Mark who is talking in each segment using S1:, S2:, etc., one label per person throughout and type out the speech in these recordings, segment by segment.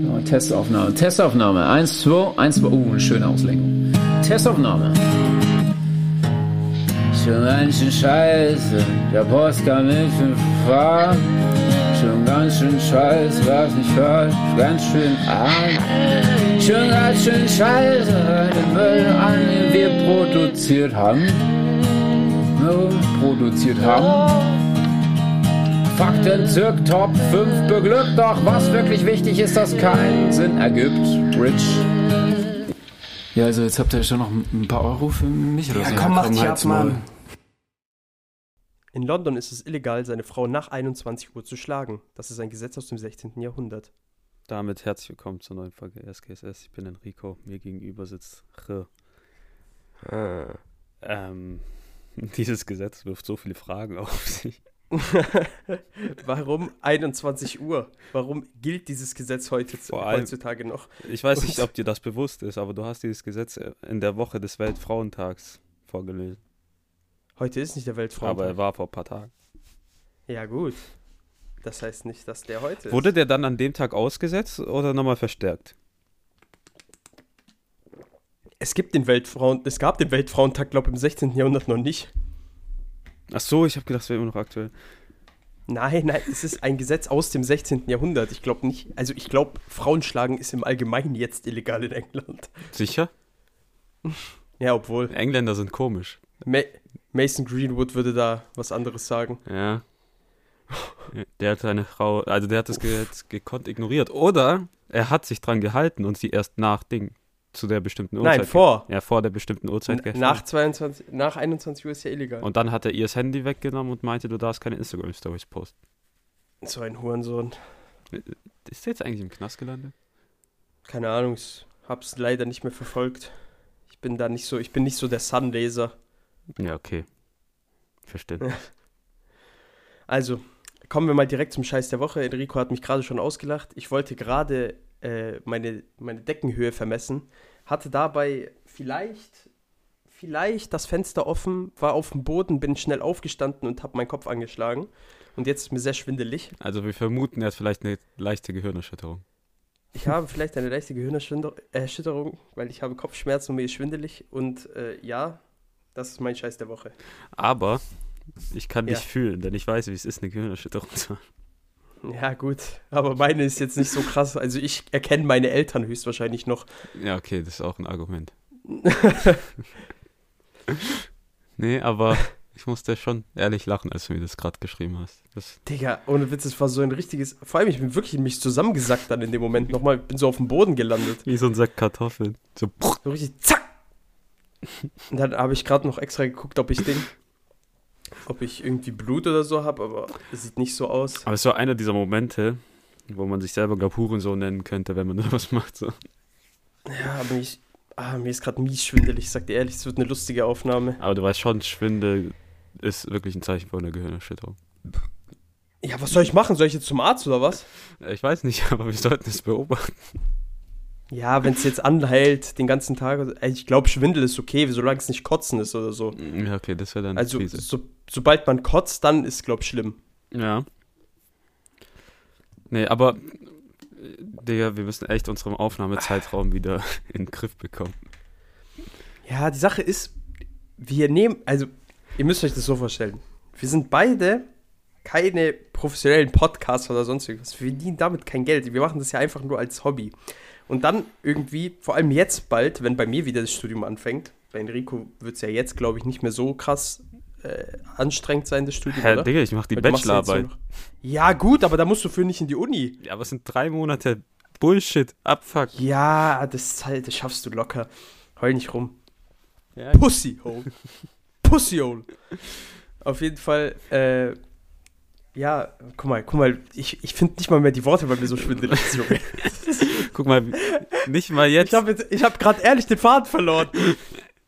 S1: Ja, Testaufnahme, Testaufnahme. Eins, zwei, eins, zwei. Uh, eine schöne Auslenkung. Testaufnahme. Schon ganz schön scheiße, der Post kann nicht fahren. Schon ganz schön scheiße, was nicht hört. Ganz schön arm. Schon ganz schön scheiße, den Müll an, den wir produziert haben. Ne, produziert haben. Fakten zirk Top 5 beglückt, doch was wirklich wichtig ist, das keinen Sinn ergibt. Rich. Ja, also jetzt habt ihr schon noch ein paar Euro für mich oder
S2: Ja,
S1: so.
S2: komm, mach dich ab,
S1: halt's Maul.
S2: Mann.
S3: In London ist es illegal, seine Frau nach 21 Uhr zu schlagen. Das ist ein Gesetz aus dem 16. Jahrhundert.
S4: Damit herzlich willkommen zur neuen Folge SKSS. Ich bin Enrico, mir gegenüber sitzt R. Ah. Ähm, dieses Gesetz wirft so viele Fragen auf sich.
S3: Warum 21 Uhr? Warum gilt dieses Gesetz heute,
S4: Vor allem-
S3: heutzutage noch?
S4: Ich weiß nicht, ob dir das bewusst ist, aber du hast dieses Gesetz äh, in der Woche des Weltfrauentags vorgelesen.
S3: Heute ist nicht der
S4: Aber
S3: Weltfrauentag.
S4: er war vor ein paar Tagen.
S3: Ja gut. Das heißt nicht, dass der heute
S4: Wurde der dann an dem Tag ausgesetzt oder nochmal verstärkt?
S3: ist. Es gibt den Weltfrauen, es gab den Weltfrauentag, glaube ich, im 16. Jahrhundert noch nicht.
S4: Ach so, ich habe gedacht, es wäre immer noch aktuell.
S3: Nein, nein, es ist ein Gesetz aus dem 16. Jahrhundert. Ich glaube nicht. Also ich glaube, Frauenschlagen ist im Allgemeinen jetzt illegal in England.
S4: Sicher?
S3: Ja, obwohl.
S4: Engländer sind komisch.
S3: Ma Mason Greenwood würde da was anderes sagen.
S4: Ja. Der hat seine Frau, also der hat das Gesetz gekonnt ignoriert. Oder er hat sich dran gehalten und sie erst nach Ding zu der bestimmten Uhrzeit.
S3: Nein, vor.
S4: Ja, vor der bestimmten Uhrzeit
S3: N-
S4: gestern.
S3: Nach, 22, nach 21 Uhr ist ja illegal.
S4: Und dann hat er ihr das Handy weggenommen und meinte, du darfst keine Instagram-Stories posten.
S3: so ein Hurensohn.
S4: Ist der jetzt eigentlich im Knast gelandet?
S3: Keine Ahnung, ich hab's leider nicht mehr verfolgt. Ich bin da nicht so, ich bin nicht so der Sun-Leser.
S4: Ja, okay. Verstehe.
S3: Also, kommen wir mal direkt zum Scheiß der Woche. Enrico hat mich gerade schon ausgelacht. Ich wollte gerade äh, meine, meine Deckenhöhe vermessen, hatte dabei vielleicht, vielleicht das Fenster offen, war auf dem Boden, bin schnell aufgestanden und habe meinen Kopf angeschlagen. Und jetzt ist mir sehr schwindelig.
S4: Also wir vermuten, er hat vielleicht eine leichte Gehirnerschütterung.
S3: Ich habe vielleicht eine leichte Gehirnerschütterung, weil ich habe Kopfschmerzen und mir ist schwindelig. Und äh, ja, das ist mein Scheiß der Woche.
S4: Aber ich kann
S3: Ja.
S4: dich fühlen, denn ich weiß, wie es ist, eine Gehirnerschütterung zu haben.
S3: Ja, gut. Aber meine ist jetzt nicht so krass. Also ich erkenne meine Eltern höchstwahrscheinlich noch.
S4: Ja, okay, das ist auch ein Argument. Nee, aber ich musste schon ehrlich lachen, als du mir das gerade geschrieben hast. Das,
S3: Digga, ohne Witz, es war so ein richtiges. Vor allem, ich bin wirklich in mich zusammengesackt dann in dem Moment nochmal, bin so auf dem Boden gelandet.
S4: wie so ein Sack Kartoffeln. So,
S3: So richtig zack! Und dann habe ich gerade noch extra geguckt, ob ich den. Ob ich irgendwie Blut oder so habe, aber es sieht nicht so aus.
S4: aber es war einer dieser Momente, wo man sich selber, glaube Hurensohn nennen könnte, wenn man sowas macht. So.
S3: Ja, aber ich. Ah, mir ist gerade mies schwindelig, ich sag dir ehrlich, es wird eine lustige Aufnahme.
S4: Aber du weißt schon, Schwindel ist wirklich ein Zeichen von einer Gehirnerschütterung.
S3: Ja, was soll ich machen? Soll ich jetzt zum Arzt oder was?
S4: Ich weiß nicht, aber wir sollten es beobachten.
S3: Ja, wenn es jetzt anhält, den ganzen Tag. oder- Ey, Ich glaube, Schwindel ist okay, solange es nicht kotzen ist oder so.
S4: Ja, okay, das wäre dann
S3: Also,
S4: Hm, Krise.
S3: so, sobald man kotzt, dann ist, glaube ich, schlimm.
S4: Ja. Nee, aber äh, Digga, wir müssen echt unseren
S3: Ah.
S4: Aufnahmezeitraum wieder in den Griff bekommen.
S3: Ja, die Sache ist, wir nehmen, also ihr müsst euch das so vorstellen. Wir sind beide keine professionellen Podcaster oder sonst irgendwas. Wir verdienen damit kein Geld. Wir machen das ja einfach nur als Hobby. Und dann irgendwie, vor allem jetzt bald, wenn bei mir wieder das Studium anfängt, bei Enrico wird es ja jetzt, glaube ich, nicht mehr so krass äh, anstrengend sein, das Studium.
S4: Hä,
S3: oder?
S4: Digga, ich mach die
S3: Weil du machst ja jetzt
S4: Bachelorarbeit.
S3: nur noch- Ja, gut, aber da musst du für nicht in die Uni.
S4: Ja, aber es sind drei Monate Bullshit, Abfuck.
S3: Ja, das, ist halt- das schaffst du locker. Heul nicht rum.
S4: Ja.
S3: Pussyhole. Pussyhole. Auf jeden Fall, äh, ja, guck mal, guck mal, ich, ich finde nicht mal mehr die Worte, weil mir so schwindelig ist, Junge.
S4: Guck mal, nicht mal jetzt,
S3: Ich habe hab gerade ehrlich den Faden verloren.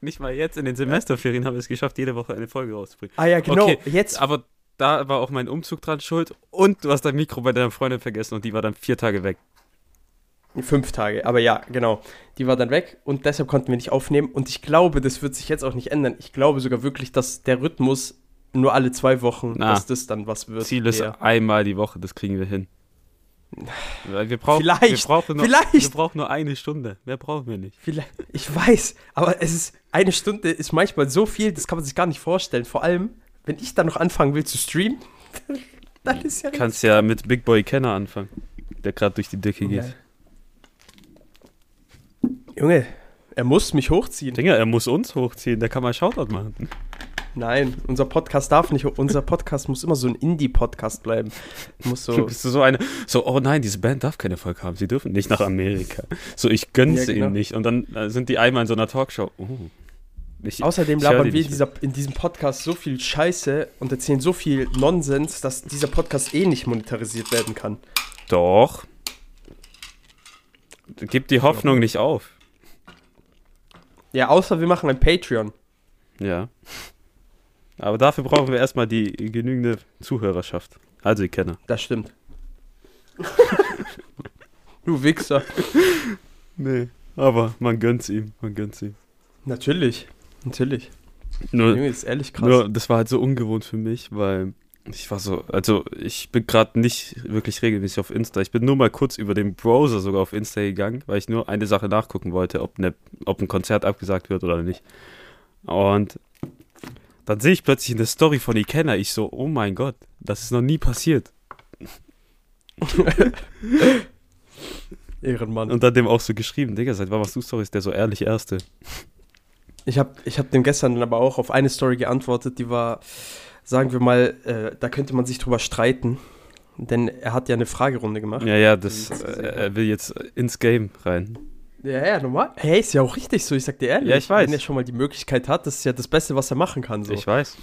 S4: nicht mal jetzt in den Semesterferien habe ich es geschafft, jede Woche eine Folge rauszubringen.
S3: Ah ja, genau,
S4: Okay,
S3: jetzt.
S4: Aber da war auch mein Umzug dran schuld und du hast dein Mikro bei deiner Freundin vergessen und die war dann vier Tage weg.
S3: Fünf Tage, aber ja, genau. Die war dann weg und deshalb konnten wir nicht aufnehmen. Und ich glaube, das wird sich jetzt auch nicht ändern. Ich glaube sogar wirklich, dass der Rhythmus nur alle zwei Wochen,
S4: Na.
S3: dass das dann was wird.
S4: Ziel ist
S3: Ja.
S4: einmal die Woche, das kriegen wir hin. Weil Wir brauchen,
S3: Vielleicht,
S4: wir brauchen nur,
S3: vielleicht.
S4: Wir brauchen nur eine Stunde. Mehr brauchen wir nicht.
S3: Vielleicht, ich weiß, aber es ist, eine Stunde ist manchmal so viel, das kann man sich gar nicht vorstellen. Vor allem, wenn ich dann noch anfangen will zu streamen, dann ist ja
S4: Du kannst ja mit Big Boy Kenner anfangen, der gerade durch die Decke
S3: Ja.
S4: geht.
S3: Junge, er muss mich hochziehen.
S4: Dinger, er muss uns hochziehen, da kann man Shoutout machen.
S3: Nein, unser Podcast darf nicht, unser Podcast muss immer so ein Indie-Podcast bleiben. Muss so,
S4: Bist du so eine, so, oh nein, diese Band darf keinen Erfolg haben, sie dürfen nicht nach Amerika. So, ich gönn's
S3: Ja, genau.
S4: ihnen nicht. Und dann äh, sind die einmal in so einer Talkshow. Oh. Ich,
S3: Außerdem
S4: ich hör
S3: labern
S4: die
S3: wir in,
S4: nicht
S3: dieser, in diesem Podcast so viel Scheiße und erzählen so viel Nonsens, dass dieser Podcast eh nicht monetarisiert werden kann.
S4: mehr. Doch. Gib die Hoffnung nicht auf.
S3: Ja, außer wir machen ein Patreon.
S4: Ja. Aber dafür brauchen wir erstmal die genügende Zuhörerschaft. Also, ich kenne.
S3: Das stimmt. du Wichser.
S4: Nee, aber man gönnt's ihm, man gönnt's ihm.
S3: Natürlich. Natürlich.
S4: Nur,
S3: Junge, ist ehrlich krass.
S4: Nur, das war halt so ungewohnt für mich, weil ich war so, also ich bin gerade nicht wirklich regelmäßig auf Insta. Ich bin nur mal kurz über den Browser sogar auf Insta gegangen, weil ich nur eine Sache nachgucken wollte, ob, ne, ob ein Konzert abgesagt wird oder nicht. Und dann sehe ich plötzlich eine Story von Ikenna. Ich so, oh mein Gott, das ist noch nie passiert.
S3: Ehrenmann.
S4: Und dann dem auch so geschrieben, Digga, seit wann machst du Stories? Der so ehrlich Erste.
S3: Ich habe ich hab dem gestern dann aber auch auf eine Story geantwortet, die war, sagen wir mal, äh, da könnte man sich drüber streiten. Denn er hat ja eine Fragerunde gemacht.
S4: Ja, ja, das, äh, er will jetzt ins Game rein.
S3: Ja, ja, normal. Hey, ist ja auch richtig so, ich sag dir ehrlich.
S4: Ja, ich weiß.
S3: Wenn er schon mal die Möglichkeit hat, das ist ja das Beste, was er machen kann. So.
S4: Ich weiß.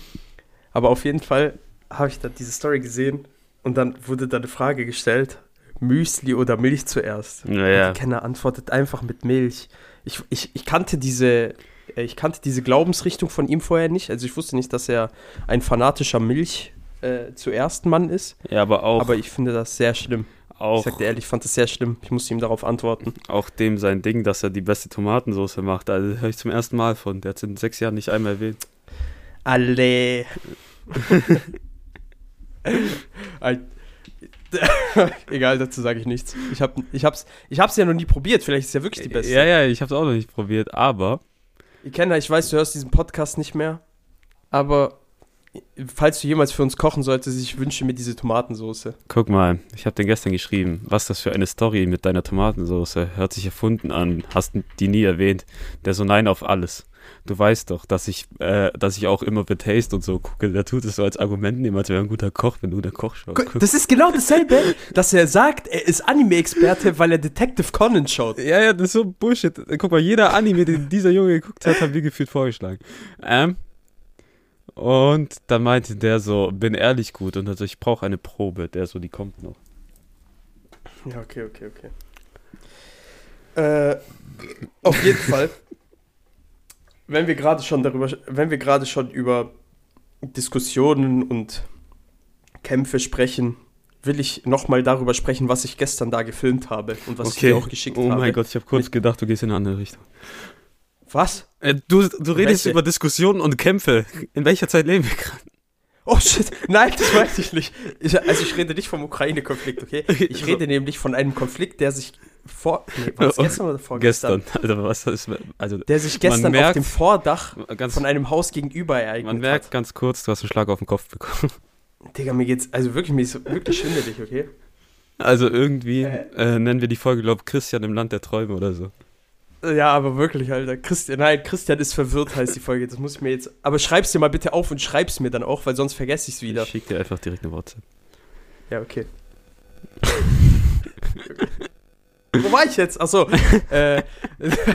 S3: Aber auf jeden Fall habe ich da diese Story gesehen und dann wurde da eine Frage gestellt: Müsli oder Milch zuerst?
S4: Ja, ja.
S3: Und die Kenner antwortet einfach mit Milch. Ich, ich, ich kannte diese. äh, Ich kannte diese Glaubensrichtung von ihm vorher nicht. Also ich wusste nicht, dass er ein fanatischer Milch äh, zuerst Mann ist.
S4: Ja, aber auch,
S3: Aber ich finde das sehr schlimm. Ich
S4: auch
S3: sag dir ehrlich, ich fand das sehr schlimm. Ich musste ihm darauf antworten.
S4: auch dem sein Ding, dass er die beste Tomatensoße macht. Also das höre ich zum ersten Mal von. Der hat es in sechs Jahren nicht einmal erwähnt.
S3: Alle. Ein- Egal, dazu sage ich nichts. Ich, hab, ich, hab's, ich hab's ja noch nie probiert. Vielleicht ist es Äh, ja wirklich die beste.
S4: Ja, ja, ich habe es auch noch nicht probiert, aber
S3: Ich kenne, ich weiß, du hörst diesen Podcast nicht mehr. Aber falls du jemals für uns kochen solltest, ich wünsche mir diese Tomatensoße.
S4: guck mal, ich habe den gestern geschrieben. Was das für eine Story mit deiner Tomatensoße? Hört sich erfunden an. Hast die nie erwähnt. Der so nein auf alles. Du weißt doch, dass ich, äh, dass ich auch immer bei Taste und so gucke. Der tut es so als Argument nehmen, als wäre er ein guter Koch, wenn du der Koch schaust.
S3: Gu- Das ist genau dasselbe, dass er sagt, er ist Anime-Experte, weil er Detective Conan schaut.
S4: Ja, ja, das ist so Bullshit. Guck mal, jeder Anime, den dieser Junge geguckt hat, haben wir gefühlt vorgeschlagen. Ähm, und dann meinte der so, bin ehrlich gut und also ich brauche eine Probe. Der so, die kommt noch.
S3: Ja, okay, okay, okay. Äh, auf jeden Fall, wenn wir gerade schon darüber, wenn wir gerade schon über Diskussionen und Kämpfe sprechen, will ich nochmal darüber sprechen, was ich gestern da gefilmt habe und was ich dir auch geschickt
S4: oh
S3: habe.
S4: mein Gott, ich habe kurz
S3: Ich-
S4: gedacht, du gehst in eine andere Richtung.
S3: Was?
S4: Äh, du, du redest
S3: Welche?
S4: über Diskussionen und Kämpfe. In welcher Zeit leben wir gerade?
S3: Oh shit, nein, das weiß ich nicht. Ich, also ich rede nicht vom Ukraine-Konflikt, okay? Ich
S4: So.
S3: rede nämlich von einem Konflikt, der sich vor... Nee, war das
S4: Oh,
S3: gestern oder vorgestern?
S4: Gestern. Also, was ist, also
S3: Der sich
S4: Man
S3: gestern auf
S4: merkt-
S3: dem Vordach
S4: ganz,
S3: von einem Haus gegenüber ereignet
S4: man
S3: hat.
S4: merkt ganz kurz, du hast einen Schlag auf den Kopf bekommen.
S3: Digga, mir geht's, also wirklich, mir ist wirklich schwindelig, okay?
S4: Also irgendwie
S3: Äh.
S4: äh, nennen wir die Folge, glaube Christian im Land der Träume oder so.
S3: Ja, aber wirklich, Alter. Christian, nein, Christian ist verwirrt, heißt die Folge. Das muss ich mir jetzt. Aber schreib's dir mal bitte auf und schreib's mir dann auch, weil sonst vergesse ich's wieder.
S4: Ich schick dir einfach direkt eine WhatsApp.
S3: Ja, okay. Wo war ich jetzt? Achso. äh,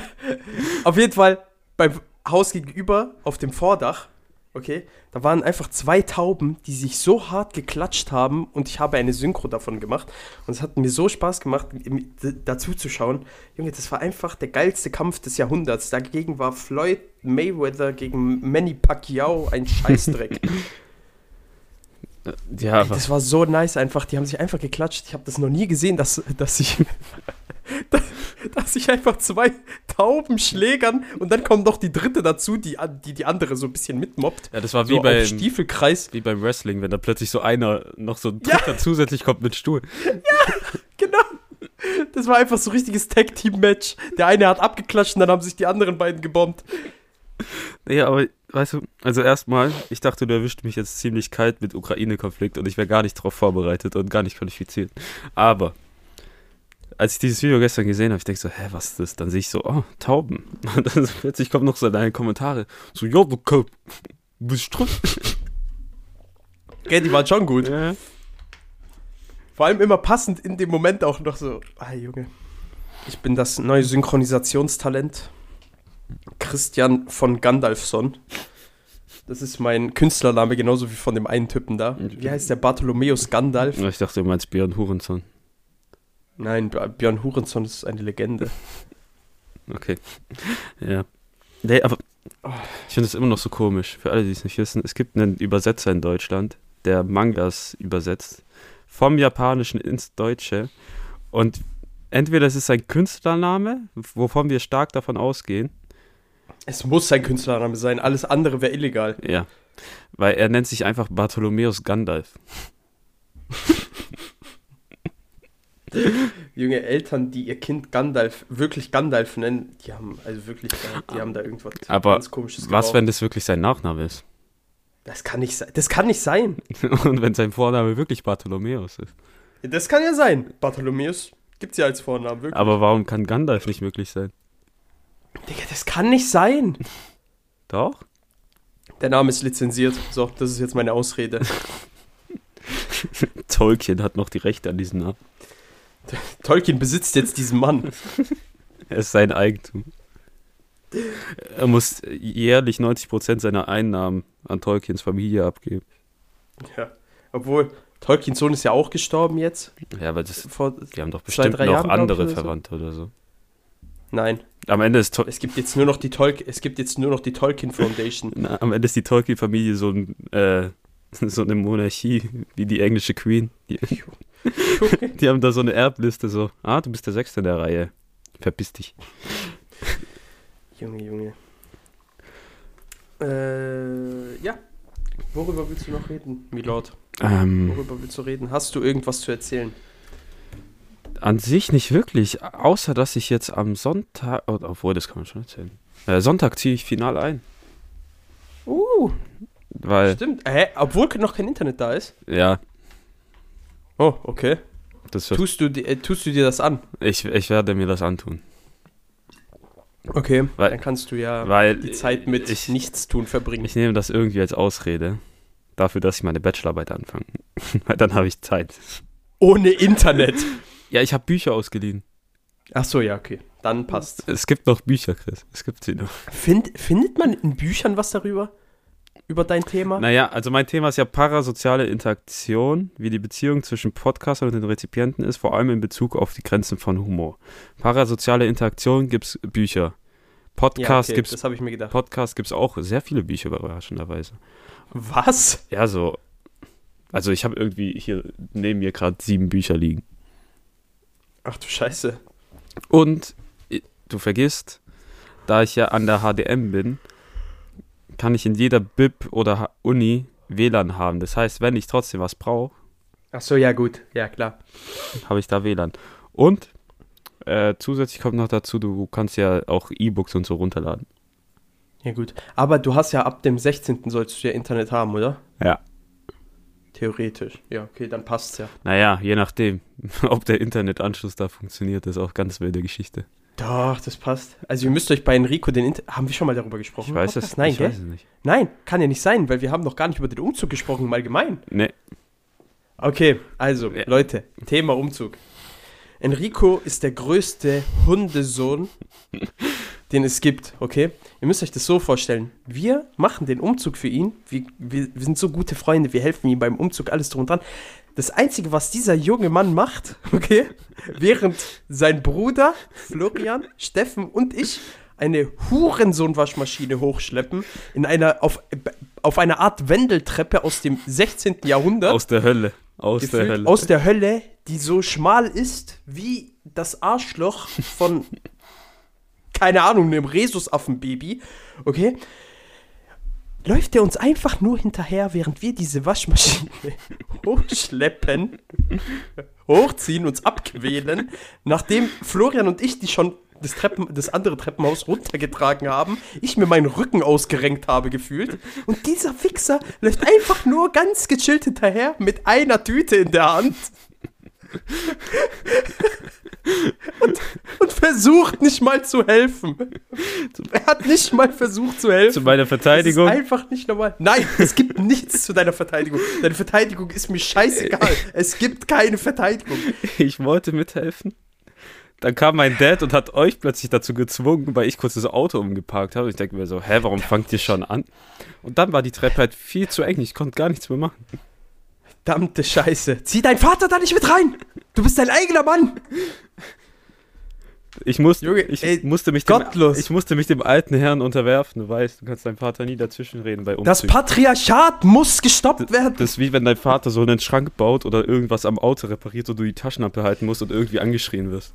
S3: auf jeden Fall beim Haus gegenüber auf dem Vordach. Okay, da waren einfach zwei Tauben, die sich so hart geklatscht haben und ich habe eine Synchro davon gemacht. Und es hat mir so Spaß gemacht, im- d- dazu zu schauen. Junge, das war einfach der geilste Kampf des Jahrhunderts. Dagegen war Floyd Mayweather gegen Manny Pacquiao ein Scheißdreck.
S4: Äh, Ja,
S3: Ey,
S4: was?
S3: Das war so nice einfach. Die haben sich einfach geklatscht. Ich habe das noch nie gesehen, dass, dass ich. dass, dass ich einfach zwei Tauben schlägern und dann kommt noch die dritte dazu, die an- die, die andere so ein bisschen mitmobbt.
S4: Ja, das war
S3: So
S4: wie,
S3: auf
S4: beim,
S3: Stiefelkreis.
S4: wie beim Wrestling, wenn da plötzlich so einer noch so ein
S3: Ja.
S4: Dritter zusätzlich kommt mit Stuhl.
S3: Genau. Das war einfach so ein richtiges Tag-Team-Match. Der eine hat abgeklatscht und dann haben sich die anderen beiden gebombt.
S4: Ja, aber weißt du, also erstmal, ich dachte, du erwischt mich jetzt ziemlich kalt mit Ukraine-Konflikt und ich wäre gar nicht darauf vorbereitet und gar nicht qualifiziert. Aber als ich dieses Video gestern gesehen habe, ich denke so, hä, was ist das? Dann sehe ich so, oh, Tauben. Und dann so plötzlich kommen noch so deine Kommentare. So, ja, du Köp- bist dran.
S3: Gell, die waren schon gut.
S4: Ja.
S3: Vor allem immer passend in dem Moment auch noch so, ah Junge, ich bin das neue Synchronisationstalent. Christian von Gandalfson. Das ist mein Künstlername, genauso wie von dem einen Typen da. Wie heißt der? Bartholomäus Gandalf?
S4: Ich dachte, du meinst Björn Hurenson.
S3: Nein, B- Björn Hurenson ist eine Legende.
S4: Okay. Ja. Nee, aber ich finde es immer noch so komisch. Für alle, die es nicht wissen, es gibt einen Übersetzer in Deutschland, der Mangas übersetzt. Vom Japanischen ins Deutsche. Und entweder es ist ein Künstlername, wovon wir stark davon ausgehen.
S3: Es muss sein Künstlername sein, alles andere wäre illegal.
S4: Ja. Weil er nennt sich einfach Bartholomäus Gandalf.
S3: Junge Eltern, die ihr Kind Gandalf, wirklich Gandalf nennen, die haben also wirklich, äh, die haben da irgendwas
S4: Aber
S3: komisches
S4: Was,
S3: gebaut.
S4: wenn das wirklich sein Nachname ist?
S3: Das kann nicht sein. Das kann nicht sein.
S4: Und wenn sein Vorname wirklich Bartholomäus ist?
S3: Das kann ja sein. Bartholomäus gibt's ja als Vornamen, wirklich.
S4: Aber warum kann Gandalf nicht wirklich sein?
S3: Digga, das kann nicht sein.
S4: Doch?
S3: Der Name ist lizenziert. So, das ist jetzt meine Ausrede.
S4: Tolkien hat noch die Rechte an diesen Namen.
S3: Tolkien besitzt jetzt diesen Mann.
S4: Er ist sein Eigentum. Er muss jährlich 90% seiner Einnahmen an Tolkiens Familie abgeben.
S3: Ja. Obwohl, Tolkiens Sohn ist ja auch gestorben jetzt.
S4: Ja, aber das,
S3: Vor,
S4: die haben doch
S3: Zwei,
S4: bestimmt
S3: drei
S4: noch
S3: Jahren, glaub ich,
S4: andere
S3: oder so.
S4: Verwandte oder so.
S3: nein,
S4: Am Ende ist, Tol
S3: es gibt jetzt nur noch die Tolk, es gibt jetzt nur noch die Tolkien Foundation.
S4: na, am Ende ist die Tolkien-Familie so, ein, äh, so eine Monarchie wie die englische Queen. Die, die haben da so eine Erbliste so. Ah, du bist der Sechste in der Reihe. Verpiss dich.
S3: Junge, Junge. Äh, ja. Worüber willst du noch reden, Milord?
S4: Ähm,
S3: Worüber willst du reden? Hast du irgendwas zu erzählen?
S4: An sich nicht wirklich, außer dass ich jetzt am Sonntag, oh, obwohl, das kann man schon erzählen. Äh, Sonntag ziehe ich final ein,
S3: Uh,
S4: weil,
S3: stimmt. Hä? Obwohl noch kein Internet da ist.
S4: ja,
S3: Oh, okay.
S4: das wird,
S3: Tust du, di- äh, tust du dir das an?
S4: ich, ich werde mir das antun.
S3: Okay.
S4: Weil-
S3: dann kannst du ja
S4: Weil
S3: die Zeit mit
S4: ich,
S3: nichts tun verbringen.
S4: ich nehme das irgendwie als Ausrede dafür, dass ich meine Bachelorarbeit anfange. weil dann habe ich Zeit.
S3: Ohne Internet.
S4: Ja, ich habe Bücher ausgeliehen.
S3: Ach so, ja, okay.
S4: Hm.
S3: Dann passt.
S4: Es gibt noch Bücher, Chris. Es gibt sie noch.
S3: Find, findet man in Büchern was darüber? Über dein Thema?
S4: Naja, also mein Thema ist ja parasoziale Interaktion, wie die Beziehung zwischen Podcastern und den Rezipienten ist, vor allem in Bezug auf die Grenzen von Humor. Parasoziale Interaktion gibt's Bücher. Podcast
S3: okay,
S4: gibt's
S3: das habe ich mir gedacht.
S4: Podcast gibt's auch sehr viele Bücher überraschenderweise.
S3: Was?
S4: Ja, so also ich habe irgendwie hier neben mir gerade sieben Bücher liegen.
S3: Ach du Scheiße.
S4: Und äh, du vergisst, da ich ja an der HDM bin, kann ich in jeder Bib oder H- Uni WLAN haben. Das heißt, wenn ich trotzdem was brauche,
S3: Ach so, ja, gut. Ja, klar.
S4: habe ich da WLAN. Und äh, zusätzlich kommt noch dazu, du kannst ja auch E-Books und so runterladen.
S3: Ja, gut. Aber du hast ja ab dem 16. sollst du ja Internet haben, oder?
S4: Ja.
S3: Theoretisch. Ja, okay, dann passt's ja.
S4: Naja, je nachdem, ob der Internetanschluss da funktioniert, ist auch ganz wilde Geschichte.
S3: Doch, das passt. Also ihr müsst euch bei Enrico den Inter Haben wir schon mal darüber gesprochen?
S4: Ich
S3: im
S4: weiß
S3: Podcast?
S4: es,
S3: Nein,
S4: ich
S3: gell?
S4: weiß es nicht.
S3: Nein, kann ja nicht sein, weil wir haben noch gar nicht über den Umzug gesprochen, im Allgemeinen.
S4: Nee,
S3: Okay, also,
S4: Ja.
S3: Leute, Thema Umzug. Enrico ist der größte Hundesohn, den es gibt, okay? Ihr müsst euch das so vorstellen. Wir machen den Umzug für ihn. Wir, wir, wir sind so gute Freunde, wir helfen ihm beim Umzug, alles drum und dran. Das Einzige, was dieser junge Mann macht, okay, während sein Bruder, Florian, Steffen und ich eine Hurensohnwaschmaschine hochschleppen, in einer, auf, auf einer Art Wendeltreppe aus dem 16. Jahrhundert
S4: aus der Hölle. Aus
S3: gefühlt
S4: der Hölle.
S3: aus der Hölle, die so schmal ist wie das Arschloch von, keine Ahnung, einem Rhesusaffenbaby. Okay? läuft er uns einfach nur hinterher, während wir diese Waschmaschine hochschleppen, hochziehen, uns abquälen, nachdem Florian und ich die schon das, Treppen, das andere Treppenhaus runtergetragen haben, ich mir meinen Rücken ausgerenkt habe gefühlt und dieser Fixer läuft einfach nur ganz gechillt hinterher mit einer Tüte in der Hand. und, und versucht nicht mal zu helfen. Er hat nicht mal versucht zu helfen.
S4: Zu meiner Verteidigung.
S3: Das ist einfach nicht normal. Nein, es gibt nichts zu deiner Verteidigung. Deine Verteidigung ist mir scheißegal. Es gibt keine Verteidigung.
S4: Ich wollte mithelfen. Dann kam mein Dad und hat euch plötzlich dazu gezwungen, weil ich kurz das Auto umgeparkt habe. Ich denke mir so, hä, warum fangt ihr schon an? Und dann war die Treppe halt viel zu eng. Ich konnte gar nichts mehr machen.
S3: Verdammte Scheiße. Zieh deinen Vater da nicht mit rein. Du bist dein eigener Mann.
S4: Ich, musste,
S3: Junge,
S4: ich,
S3: ey,
S4: musste mich dem,
S3: gottlos.
S4: ich musste mich dem alten Herrn unterwerfen. Du weißt, du kannst deinem Vater nie dazwischenreden bei
S3: Das
S4: Umzügen.
S3: Patriarchat muss gestoppt werden.
S4: Das ist wie wenn dein Vater so einen Schrank baut oder irgendwas am Auto repariert und du die Taschenlampe halten musst und irgendwie angeschrien wirst.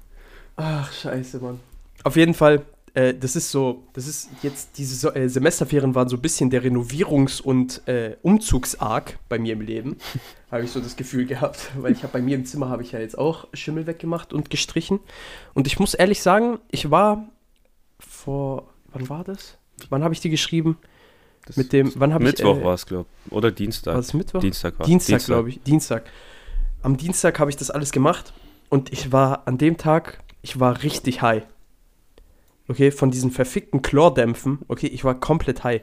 S3: Ach, scheiße, Mann. Auf jeden Fall, äh, das ist so, das ist jetzt, diese so äh, Semesterferien waren so ein bisschen der Renovierungs- und äh, Umzugsarg bei mir im Leben. habe ich so das Gefühl gehabt, weil ich habe bei mir im Zimmer, habe ich ja jetzt auch Schimmel weggemacht und gestrichen. Und ich muss ehrlich sagen, ich war vor, wann war das? Wann habe ich die geschrieben?
S4: Das
S3: Mit dem, wann habe ich...
S4: Mittwoch
S3: äh,
S4: war es, glaube ich. Oder Dienstag.
S3: war das Mittwoch?
S4: Dienstag war
S3: Dienstag, glaube ich. Dienstag. Am Dienstag habe ich das alles gemacht und ich war an dem Tag, ich war richtig high. Okay, von diesen verfickten Chlordämpfen. Okay, ich war komplett high.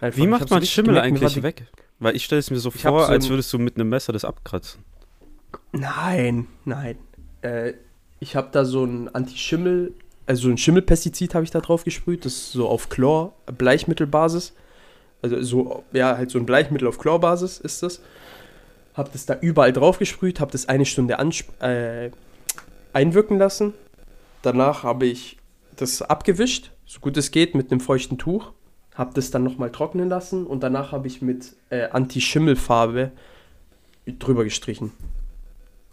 S3: Einfach,
S4: Wie
S3: ich
S4: macht
S3: hab's so
S4: man
S3: richtig
S4: Schimmel
S3: gemerkt, mir war
S4: eigentlich weg? Weil ich stelle es mir so
S3: Ich hab
S4: vor,
S3: so
S4: als
S3: ein-
S4: würdest du mit einem Messer das abkratzen.
S3: die- Nein, nein. Äh, ich habe da so ein Anti-Schimmel, also ein Schimmelpestizid habe ich da drauf gesprüht. Das ist so auf Chlor, Bleichmittelbasis. Also so, ja, halt so ein Bleichmittel auf Chlorbasis ist das. Hab das da überall drauf gesprüht, hab das eine Stunde ansp äh, einwirken lassen. Danach habe ich das abgewischt, so gut es geht, mit einem feuchten Tuch. Hab das dann nochmal trocknen lassen und danach habe ich mit äh, Anti-Schimmelfarbe drüber gestrichen.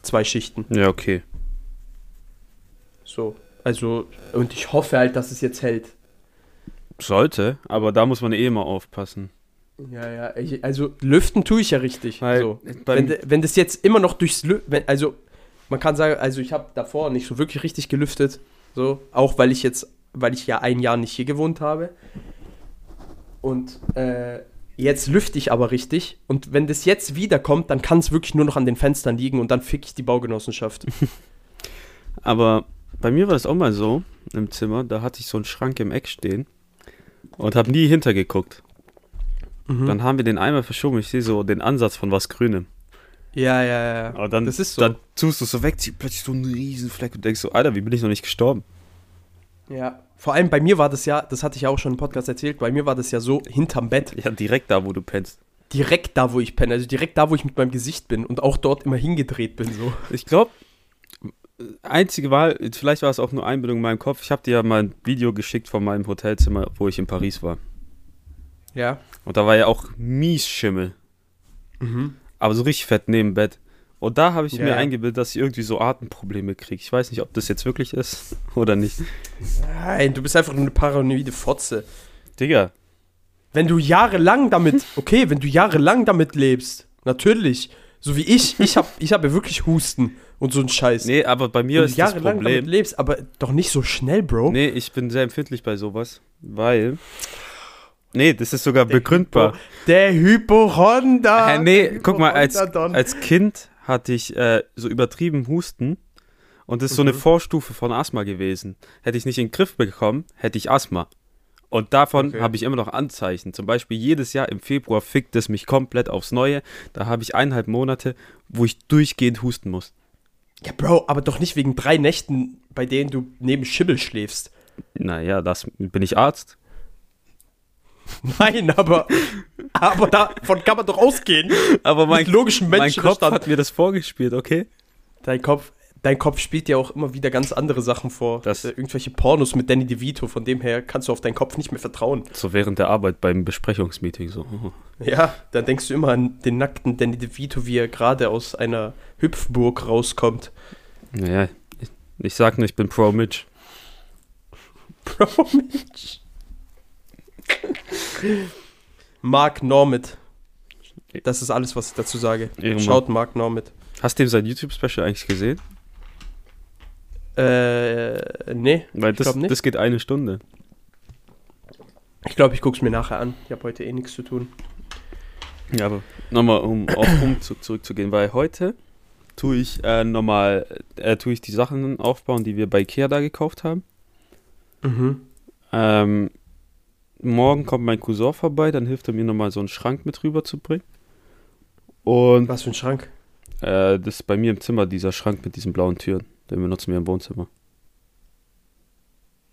S3: Zwei Schichten.
S4: Ja, okay.
S3: So. Also, und ich hoffe halt, dass es jetzt hält.
S4: Sollte, aber da muss man eh immer aufpassen.
S3: Ja, ja, ich, also lüften tue ich ja richtig.
S4: Weil
S3: so.
S4: beim-
S3: wenn, de- wenn das jetzt immer noch durchs Lü wenn, also man kann sagen, also ich habe davor nicht so wirklich richtig gelüftet, so, auch weil ich jetzt, weil ich ja ein Jahr nicht hier gewohnt habe. Und äh, jetzt lüfte ich aber richtig. Und wenn das jetzt wiederkommt, dann kann es wirklich nur noch an den Fenstern liegen und dann fick ich die Baugenossenschaft.
S4: Aber bei mir war das auch mal so im Zimmer, da hatte ich so einen Schrank im Eck stehen und habe nie hintergeguckt. Dann haben wir den einmal verschoben, ich sehe so den Ansatz von was Grünem.
S3: ja, ja, ja.
S4: Aber dann,
S3: das ist so.
S4: dann tust du es so weg, zieh plötzlich so einen riesen Fleck und denkst so, Alter, wie bin ich noch nicht gestorben?
S3: ja. Vor allem bei mir war das ja, das hatte ich ja auch schon im Podcast erzählt, bei mir war das ja so hinterm Bett.
S4: Ja, direkt da, wo du pennst.
S3: direkt da, wo ich penne, also direkt da, wo ich mit meinem Gesicht bin und auch dort immer hingedreht bin, so.
S4: Ich glaube, einzige Wahl, vielleicht war es auch nur Einbildung in meinem Kopf, ich habe dir ja mal ein Video geschickt von meinem Hotelzimmer, wo ich in Paris war.
S3: Ja.
S4: Und da war ja auch mies Schimmel. Aber so richtig fett neben Bett. Und da habe ich
S3: Mhm. Ja,
S4: mir
S3: ja.
S4: eingebildet, dass ich irgendwie so Atemprobleme kriege. Ich weiß nicht, ob das jetzt wirklich ist oder nicht.
S3: Nein, du bist einfach nur eine paranoide Fotze.
S4: Digga,
S3: Wenn du jahrelang damit, okay, wenn du jahrelang damit lebst, natürlich, so wie ich, ich habe ich hab ja wirklich Husten und so ein Scheiß.
S4: nee, aber bei
S3: Wenn
S4: mir
S3: du
S4: ist das
S3: jahrelang damit
S4: Problem.
S3: lebst, aber doch nicht so schnell, Bro.
S4: Nee, ich bin sehr empfindlich bei sowas, weil. Nee, das ist sogar begründbar.
S3: Bro, Der Hypochonder.
S4: Hä, nee, guck mal, als,
S3: Hypochonderdon.
S4: als Kind hatte ich äh, so übertrieben Husten und das ist so eine Vorstufe von Asthma gewesen. Hätte ich nicht in den Griff bekommen, hätte ich Asthma. Und davon
S3: Okay.
S4: habe ich immer noch Anzeichen. Zum Beispiel jedes Jahr im Februar fickt es mich komplett aufs Neue. Da habe ich eineinhalb Monate, wo ich durchgehend husten muss.
S3: Ja, Bro, aber doch nicht wegen drei Nächten, bei denen du neben Schimmel schläfst.
S4: Naja, das bin ich Arzt.
S3: Nein, aber, aber davon kann man doch ausgehen.
S4: Aber mein,
S3: Mit logischem
S4: mein Kopf
S3: Menschenverstand.
S4: hat mir das vorgespielt, okay?
S3: Dein Kopf, dein Kopf spielt ja auch immer wieder ganz andere Sachen vor.
S4: Das-
S3: Äh, irgendwelche Pornos mit Danny DeVito, von dem her kannst du auf deinen Kopf nicht mehr vertrauen.
S4: So während der Arbeit beim Besprechungsmeeting so. Oh.
S3: Ja, dann denkst du immer an den nackten Danny DeVito, wie er gerade aus einer Hüpfburg rauskommt.
S4: Naja, ich, ich sag nur, ich bin Pro Mitch.
S3: Bro, Mensch. Mark Normit. Das ist alles, was ich dazu sage.
S4: Ehrenmann.
S3: Schaut Mark Normit.
S4: Hast du dem sein YouTube-Special eigentlich gesehen?
S3: Äh, nee,
S4: Weil
S3: ich
S4: das,
S3: glaube nicht.
S4: das geht eine Stunde.
S3: ich glaube, ich gucke es mir nachher an. Ich habe heute eh nichts zu tun.
S4: Ja, aber nochmal, um auf Umzug zurückzugehen, weil heute tue ich äh, nochmal, äh, tue ich die Sachen aufbauen, die wir bei Ikea da gekauft haben.
S3: Mhm.
S4: Ähm, morgen kommt mein Cousin vorbei, dann hilft er mir nochmal so einen Schrank mit rüberzubringen. Und
S3: Was für ein Schrank.
S4: äh, das ist bei mir im Zimmer, dieser Schrank mit diesen blauen Türen. Den benutzen wir im Wohnzimmer.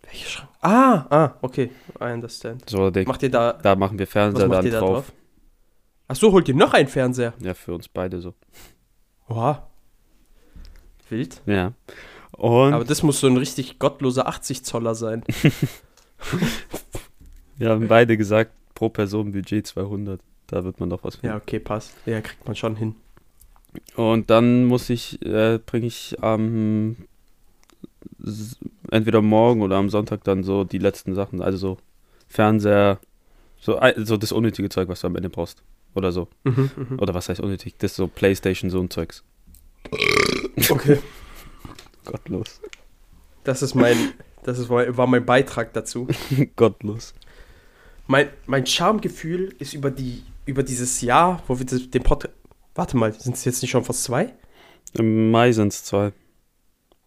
S3: Welcher Schrank? Ah, ah, okay. I understand.
S4: So, der,
S3: Macht ihr da.
S4: da machen wir
S3: Was
S4: Fernseher
S3: macht
S4: dann
S3: ihr da
S4: drauf.
S3: drauf? Ach so, holt ihr noch einen Fernseher?
S4: Ja, für uns beide so.
S3: Oha. Wild.
S4: Ja. Und
S3: Aber das muss so ein richtig gottloser 80-Zoller sein.
S4: wir haben beide gesagt, pro Person Budget 200. Da wird man doch was finden.
S3: Ja, okay, passt. Ja, kriegt man schon hin.
S4: Und dann muss ich, äh, bringe ich am S- entweder morgen oder am Sonntag dann so die letzten Sachen, also so Fernseher, so ei- so das unnötige Zeug, was du am Ende brauchst. Oder so.
S3: Mhm, mhm.
S4: Oder was heißt unnötig? Das ist so Playstation, so ein Zeugs.
S3: Okay.
S4: Gottlos.
S3: Das ist mein. Das ist, mein- war mein Beitrag dazu.
S4: Gottlos.
S3: Mein, mein Charmegefühl ist über, die, über dieses Jahr, wo wir das- den Podcast. Warte mal, sind es jetzt nicht schon fast zwei?
S4: Im Mai sind es zwei.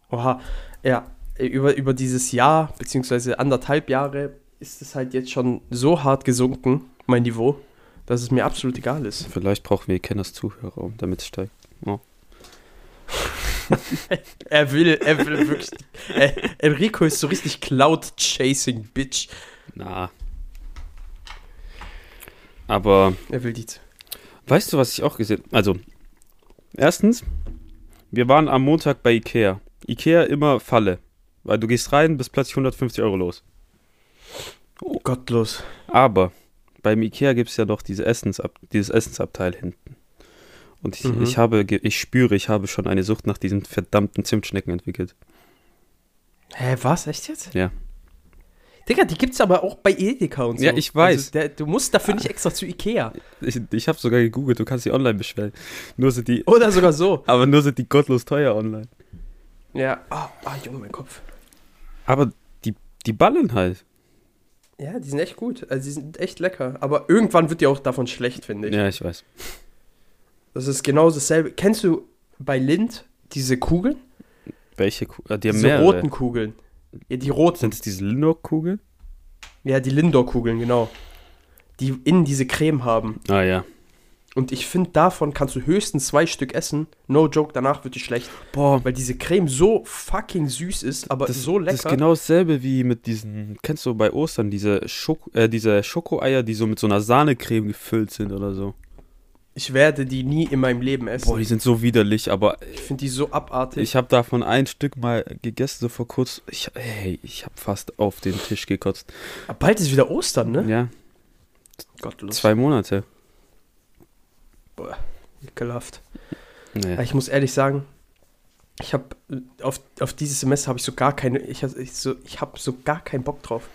S3: Oha, ja, über, über dieses Jahr, beziehungsweise anderthalb Jahre, ist es halt jetzt schon so hart gesunken, mein Niveau, dass es mir absolut egal ist.
S4: Vielleicht brauchen wir Kenners Zuhörer, um damit es steigt.
S3: Er will, er will wirklich. Äh, Enrico ist so richtig Cloud-Chasing-Bitch.
S4: Na. Aber
S3: Er will die.
S4: Weißt du, was ich auch gesehen Also, erstens, wir waren am Montag bei Ikea. Ikea immer Falle. Weil du gehst rein, bist plötzlich 150 Euro los.
S3: Oh Gottlos.
S4: Aber beim Ikea gibt es ja doch diese Essensab dieses Essensabteil hinten. Und ich,
S3: Mhm.
S4: ich, habe, ge- ich spüre, ich habe schon eine Sucht nach diesen verdammten Zimtschnecken entwickelt.
S3: Hä, was? Echt jetzt?
S4: Ja.
S3: Digga, die gibt's aber auch bei Edeka und so.
S4: Ja, ich weiß.
S3: Also, der, du musst dafür nicht extra zu Ikea.
S4: Ich, ich habe sogar gegoogelt, du kannst die online bestellen. Nur sind die,
S3: Oder sogar so.
S4: aber nur sind die gottlos teuer online.
S3: Ja. Ah, ah, Junge, mein Kopf.
S4: Aber die, die ballen halt.
S3: Ja, die sind echt gut. Also, die sind echt lecker. Aber irgendwann wird dir auch davon schlecht, finde ich.
S4: Ja, ich weiß.
S3: Das ist genau dasselbe. Kennst du bei Lind diese Kugeln?
S4: Welche? Ku- äh, Die haben
S3: diese
S4: mehrere.
S3: roten Kugeln. Ja, die roten.
S4: Sind es diese Lindor-Kugeln?
S3: Ja, die Lindor-Kugeln, genau. Die innen diese Creme haben.
S4: Ah ja.
S3: Und ich finde, davon kannst du höchstens zwei Stück essen. No joke, danach wird dir schlecht.
S4: Boah,
S3: Weil diese Creme so fucking süß ist, aber
S4: das,
S3: so lecker.
S4: das ist genau dasselbe wie mit diesen, kennst du bei Ostern, diese, Schoko, äh, diese Schokoeier, die so mit so einer Sahnecreme gefüllt sind oder so.
S3: Ich werde die nie in meinem Leben essen.
S4: Boah, die sind so widerlich, aber
S3: ich finde die so abartig.
S4: ich habe davon ein Stück mal gegessen, so vor kurz. Ich, hey, ich habe fast auf den Tisch gekotzt.
S3: Aber bald ist wieder Ostern, ne?
S4: Ja,
S3: Gottlos.
S4: zwei Monate.
S3: Boah, ekelhaft. Aber
S4: Nee.
S3: Ich muss ehrlich sagen, ich habe auf, auf dieses Semester habe ich so gar keine, ich, hab- ich, so, ich habe so gar keinen Bock drauf.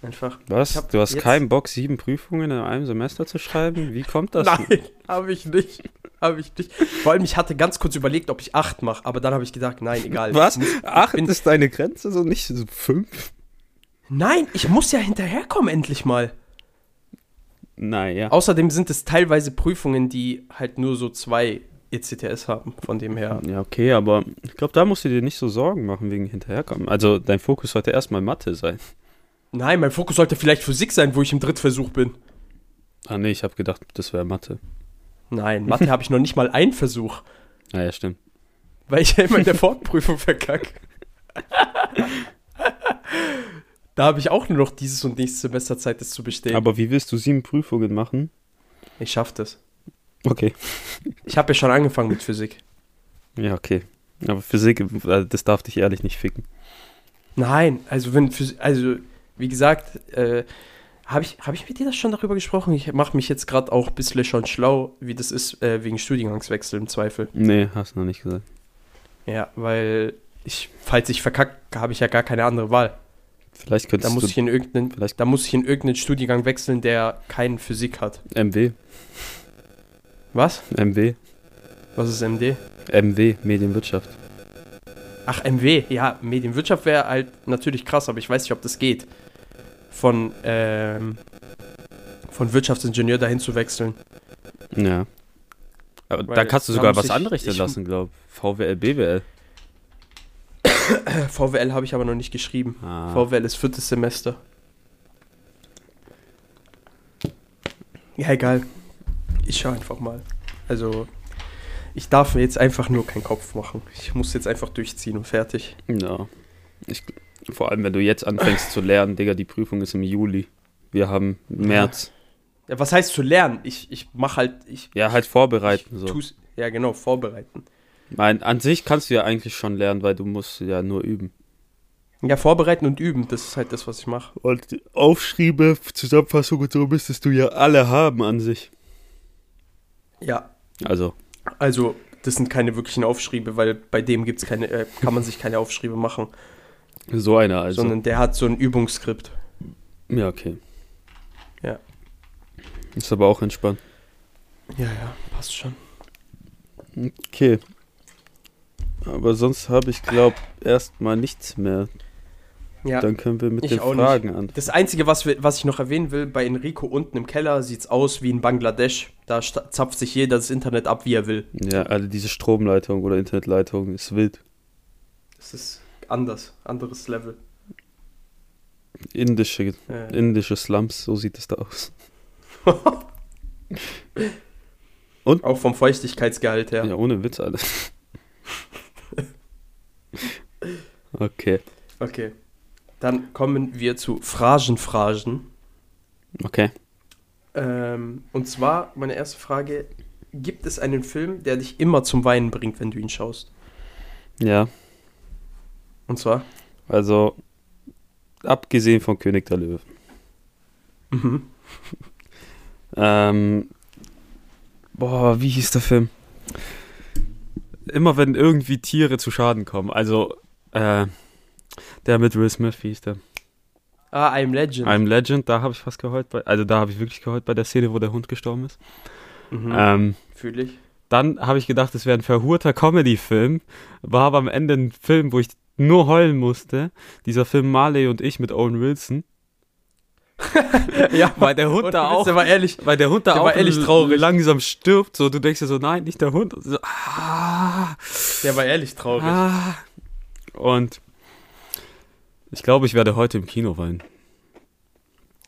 S3: Einfach. ich
S4: Was?
S3: hab
S4: Du hast
S3: jetzt-
S4: keinen Bock, sieben Prüfungen in einem Semester zu schreiben? Wie kommt das?
S3: Nein, habe ich nicht. Habe ich nicht. Vor allem, ich hatte ganz kurz überlegt, ob ich acht mache, aber dann habe ich gedacht, nein, egal.
S4: Was? Acht
S3: bin-
S4: ist deine Grenze, so nicht so fünf?
S3: Nein, ich muss ja hinterherkommen endlich mal.
S4: Naja.
S3: Außerdem sind es teilweise Prüfungen, die halt nur so zwei E ECTS haben, von dem her.
S4: Ja, okay, aber ich glaube, da musst du dir nicht so Sorgen machen wegen Hinterherkommen. Also, dein Fokus sollte erstmal Mathe sein.
S3: Nein, mein Fokus sollte vielleicht Physik sein, wo ich im Drittversuch bin.
S4: Ah, nee, ich habe gedacht, das wäre Mathe.
S3: Nein, Mathe habe ich noch nicht mal einen Versuch,
S4: Naja, Ah, stimmt.
S3: weil ich ja immer in der Fortprüfung verkacke. da habe ich auch nur noch dieses und nächstes Semester Zeit, das zu bestehen.
S4: Aber wie willst du sieben Prüfungen machen?
S3: ich schaffe das.
S4: Okay.
S3: Ich habe ja schon angefangen mit Physik.
S4: Ja, okay. Aber Physik, äh, das darf dich ehrlich nicht ficken.
S3: Nein, also wenn Phys- also wie gesagt, äh, habe ich, hab ich mit dir das schon darüber gesprochen? Ich mache mich jetzt gerade auch ein bisschen schon schlau, wie das ist, äh, wegen Studiengangswechsel im Zweifel.
S4: Nee, hast du noch nicht gesagt.
S3: Ja, weil ich, falls ich verkacke, habe ich ja gar keine andere Wahl.
S4: Vielleicht
S3: Da
S4: könntest
S3: muss,
S4: du
S3: ich in irgendeinen,
S4: vielleicht-
S3: da muss ich in irgendeinen Studiengang wechseln, der keinen Physik hat.
S4: MW,
S3: Was?
S4: MW,
S3: Was ist MD?
S4: MW, Medienwirtschaft.
S3: Ach, MW. Ja, Medienwirtschaft wäre halt natürlich krass, aber ich weiß nicht, ob das geht. Von, ähm, von Wirtschaftsingenieur dahin zu wechseln.
S4: Ja. Aber da
S3: Weil
S4: kannst du
S3: da
S4: sogar
S3: muss
S4: was
S3: ich-
S4: anrichten
S3: ich-
S4: lassen, glaub. VWL, BWL.
S3: Äh, VWL habe ich aber noch nicht geschrieben.
S4: Ah.
S3: VWL ist viertes Semester. Ja, egal. Ich schaue einfach mal. Also, ich darf mir jetzt einfach nur keinen Kopf machen. Ich muss jetzt einfach durchziehen und fertig.
S4: Ja. Ich, vor allem, wenn du jetzt anfängst zu lernen, Digga, die Prüfung ist im Juli. Wir haben März.
S3: Ja, was heißt zu lernen? Ich, ich mache halt, ich
S4: Ja, halt vorbereiten. So.
S3: tu's, ja genau, vorbereiten.
S4: Mein, an sich kannst du ja eigentlich schon lernen, weil du musst ja nur üben.
S3: Ja, vorbereiten und üben, das ist halt das, was ich mache.
S4: Und Aufschriebe, Zusammenfassung und so müsstest du ja alle haben an sich.
S3: Ja,
S4: Also,
S3: also, das sind keine wirklichen Aufschriebe, weil bei dem gibt's keine, äh, kann man sich keine Aufschriebe machen,
S4: so einer also.
S3: sondern der hat so ein Übungsskript.
S4: ja, okay.
S3: Ja.
S4: Ist aber auch entspannt.
S3: Ja, ja, passt schon.
S4: Okay. Aber sonst habe ich, glaube erstmal nichts mehr.
S3: Ja.
S4: Dann können wir mit
S3: Ich
S4: den
S3: auch nicht.
S4: Fragen anfangen.
S3: Das Einzige, was, wir, was ich noch erwähnen will, bei Enrico unten im Keller sieht's aus wie in Bangladesch. Da sta- zapft sich jeder das Internet ab, wie er will.
S4: Ja, also diese Stromleitung oder Internetleitung ist wild.
S3: Das ist anders, anderes Level.
S4: Indische,
S3: Ja.
S4: indische Slums, so sieht es da aus.
S3: Auch vom Feuchtigkeitsgehalt her.
S4: Ja, ohne Witz alles. okay,
S3: Okay. Dann kommen wir zu Phrasenfragen.
S4: okay.
S3: Ähm, und zwar meine erste Frage: Gibt es einen Film, der dich immer zum Weinen bringt, wenn du ihn schaust?
S4: Ja,
S3: Und zwar?
S4: also abgesehen von König der Löwen.
S3: Mhm.
S4: Ähm, boah, wie hieß der Film? Immer wenn irgendwie Tiere zu Schaden kommen. Also, äh, der mit Will Smith, wie hieß der?
S3: Ah, I'm Legend.
S4: I'm Legend, da habe ich fast geheult. Bei, also, da habe ich wirklich geheult bei der Szene, wo der Hund gestorben ist.
S3: mhm.
S4: Ähm,
S3: Fühl ich.
S4: Dann habe ich gedacht, es wäre ein verhurter Comedy-Film, war aber am Ende ein Film, wo ich nur heulen musste. Dieser Film Marley und ich mit Owen Wilson,
S3: ja,
S4: weil der Hund da auch,
S3: Der war ehrlich.
S4: weil der Hund da
S3: der
S4: auch
S3: war ehrlich traurig.
S4: langsam stirbt. So, du denkst dir so, nein, nicht der Hund. So, ah,
S3: Der war ehrlich traurig.
S4: ah. Und ich glaube, ich werde heute im Kino weinen.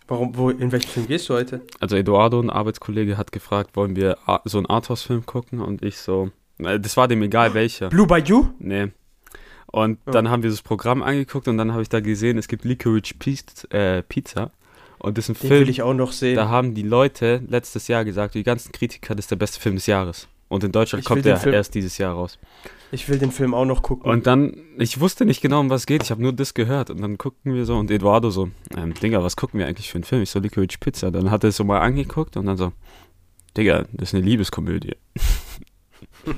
S3: Warum? Wo, in welchen Film gehst du heute?
S4: Also Eduardo, ein Arbeitskollege, hat gefragt, wollen wir A- so einen Arthouse-Film gucken? Und ich so, äh, das war dem egal welcher.
S3: Blue Bayou?
S4: Nee. Und
S3: Ja.
S4: dann haben wir das Programm angeguckt und dann habe ich da gesehen, es gibt Licorice Piz- äh, Pizza. Und das ist ein
S3: Den will
S4: Film,
S3: ich auch noch sehen.
S4: da haben die Leute letztes Jahr gesagt, die ganzen Kritiker, das ist der beste Film des Jahres. Und in Deutschland
S3: Ich will
S4: kommt
S3: den
S4: der
S3: Film-
S4: erst dieses Jahr raus.
S3: Ich will den Film auch noch gucken.
S4: Und dann, ich wusste nicht genau, um was geht, ich habe nur das gehört. Und dann gucken wir so und Eduardo so, ähm, Digga, was gucken wir eigentlich für einen Film? Ich so, Licorice Pizza. Dann hat er es so mal angeguckt und dann so, Digga, das ist eine Liebeskomödie. und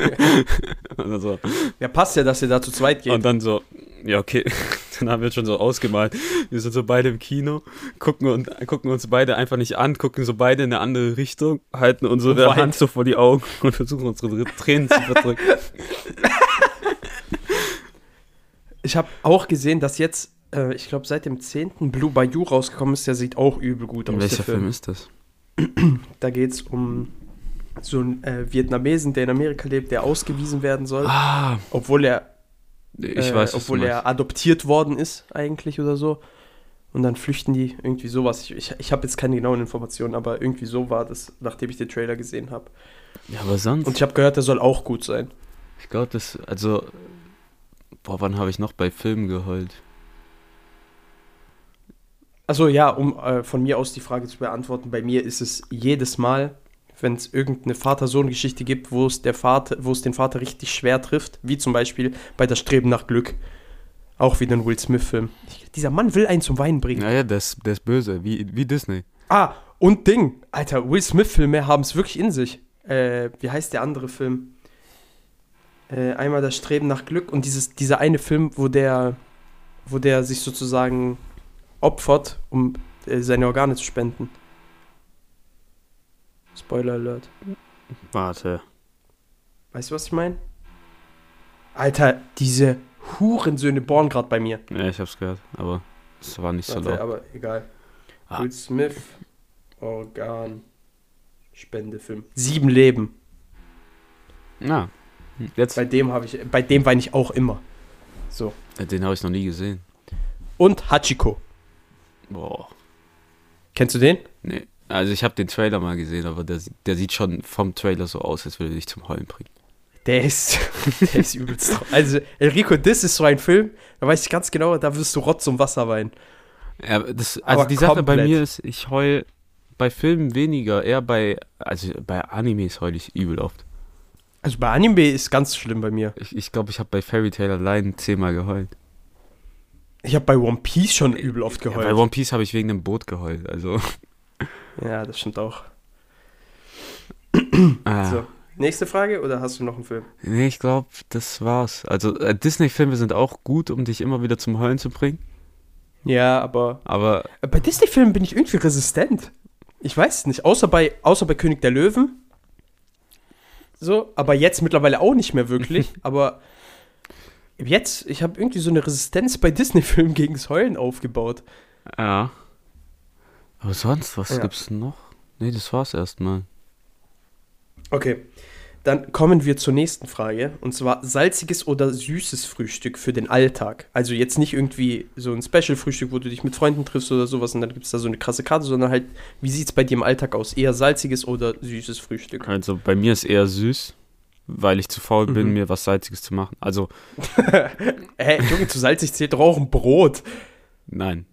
S4: dann so,
S3: ja, passt ja, dass ihr da zu zweit geht.
S4: Und dann so, ja, okay. Dann haben wir uns schon so ausgemalt. Wir sind so beide im Kino, gucken, und, gucken uns beide einfach nicht an, gucken so beide in eine andere Richtung, halten unsere
S3: Weit.
S4: Hand so vor die Augen und versuchen unsere Dr- Tränen zu verdrücken.
S3: Ich habe auch gesehen, dass jetzt, äh, ich glaube, seit dem 10. Blue Bayou rausgekommen ist. Der sieht auch übel gut aus. der Film.
S4: ist das?
S3: Da geht es um so einen äh, Vietnamesen, der in Amerika lebt, der ausgewiesen werden soll,
S4: Ah,
S3: obwohl er,
S4: ich
S3: äh,
S4: weiß, was
S3: obwohl
S4: du
S3: er adoptiert worden ist eigentlich oder so. Und dann flüchten die irgendwie sowas. Ich, ich, ich habe jetzt keine genauen Informationen, aber irgendwie so war das, nachdem ich den Trailer gesehen habe.
S4: meinst. Ja, aber sonst,
S3: Und ich habe gehört, der soll auch gut sein.
S4: ich glaube, das, also, boah, wann habe ich noch bei Filmen geheult?
S3: Also ja, um äh, von mir aus die Frage zu beantworten, bei mir ist es jedes Mal, wenn es irgendeine Vater-Sohn-Geschichte gibt, wo es der Vater, wo es den Vater richtig schwer trifft, wie zum Beispiel bei das Streben nach Glück. Auch wieder ein Will Smith-Film. Ich- Dieser Mann will einen zum Weinen bringen.
S4: Naja, das, das ist böse, wie, wie Disney.
S3: Ah, und Ding. Alter, Will Smith-Filme haben es wirklich in sich. Äh, wie heißt der andere Film? Äh, einmal das Streben nach Glück und dieses, dieser eine Film, wo der, wo der sich sozusagen opfert, um äh, seine Organe zu spenden. Spoiler Alert.
S4: Warte.
S3: Weißt du, was ich meine? Alter, diese Hurensöhne bohren gerade bei mir.
S4: Ja, ich hab's gehört, aber es war nicht so
S3: Warte,
S4: laut.
S3: aber egal.
S4: Ah.
S3: Will Smith, Organ, Spendefilm. Sieben Leben.
S4: Na, jetzt.
S3: Bei dem habe ich, bei dem weine ich auch immer. So.
S4: Den habe ich noch nie gesehen.
S3: Und Hachiko.
S4: Boah.
S3: Kennst du den?
S4: Nee. Also ich habe den Trailer mal gesehen, aber der, sie- der sieht schon vom Trailer so aus, als würde er dich zum Heulen bringen.
S3: Der ist, der ist übelst traurig. Also, Enrico, das ist so ein Film, da weiß ich ganz genau, da wirst du Rotz um Wasser weinen.
S4: Ja, aber das, also
S3: Aber
S4: die Sache bei
S3: komplett.
S4: mir ist, ich heul bei Filmen weniger, eher bei, also bei Animes heul ich übel oft.
S3: Also, bei Anime ist ganz schlimm bei mir.
S4: Ich glaube, ich, glaub, ich habe bei Fairy Tail allein zehnmal geheult.
S3: Ich habe bei One Piece schon übel oft
S4: Ja, bei
S3: geheult.
S4: One Piece habe ich wegen dem Boot geheult, also.
S3: Ja, das stimmt auch.
S4: Ah.
S3: So, nächste Frage oder hast du noch einen Film?
S4: Nee, ich glaube, das war's. Also äh, Disney-Filme sind auch gut, um dich immer wieder zum Heulen zu bringen,
S3: Ja, aber.
S4: aber
S3: Bei Disney-Filmen bin ich irgendwie resistent. Ich weiß es nicht. Außer bei, außer bei König der Löwen. So, aber jetzt mittlerweile auch nicht mehr wirklich. aber jetzt, ich habe irgendwie so eine Resistenz bei Disney-Filmen gegen das Heulen aufgebaut.
S4: Ja. Aber sonst, was
S3: Ja.
S4: gibt's noch? Nee, das war's erstmal.
S3: Okay, dann kommen wir zur nächsten Frage. Und zwar salziges oder süßes Frühstück für den Alltag. Also jetzt nicht irgendwie so ein Special-Frühstück, wo du dich mit Freunden triffst oder sowas und dann gibt es da so eine krasse Karte, sondern halt, wie sieht es bei dir im Alltag aus? Eher salziges oder süßes Frühstück?
S4: Also bei mir ist eher süß, weil ich zu faul
S3: Mhm.
S4: bin, mir was Salziges zu machen. Also,
S3: Hä, Junge, zu salzig zählt doch auch ein Brot.
S4: nein.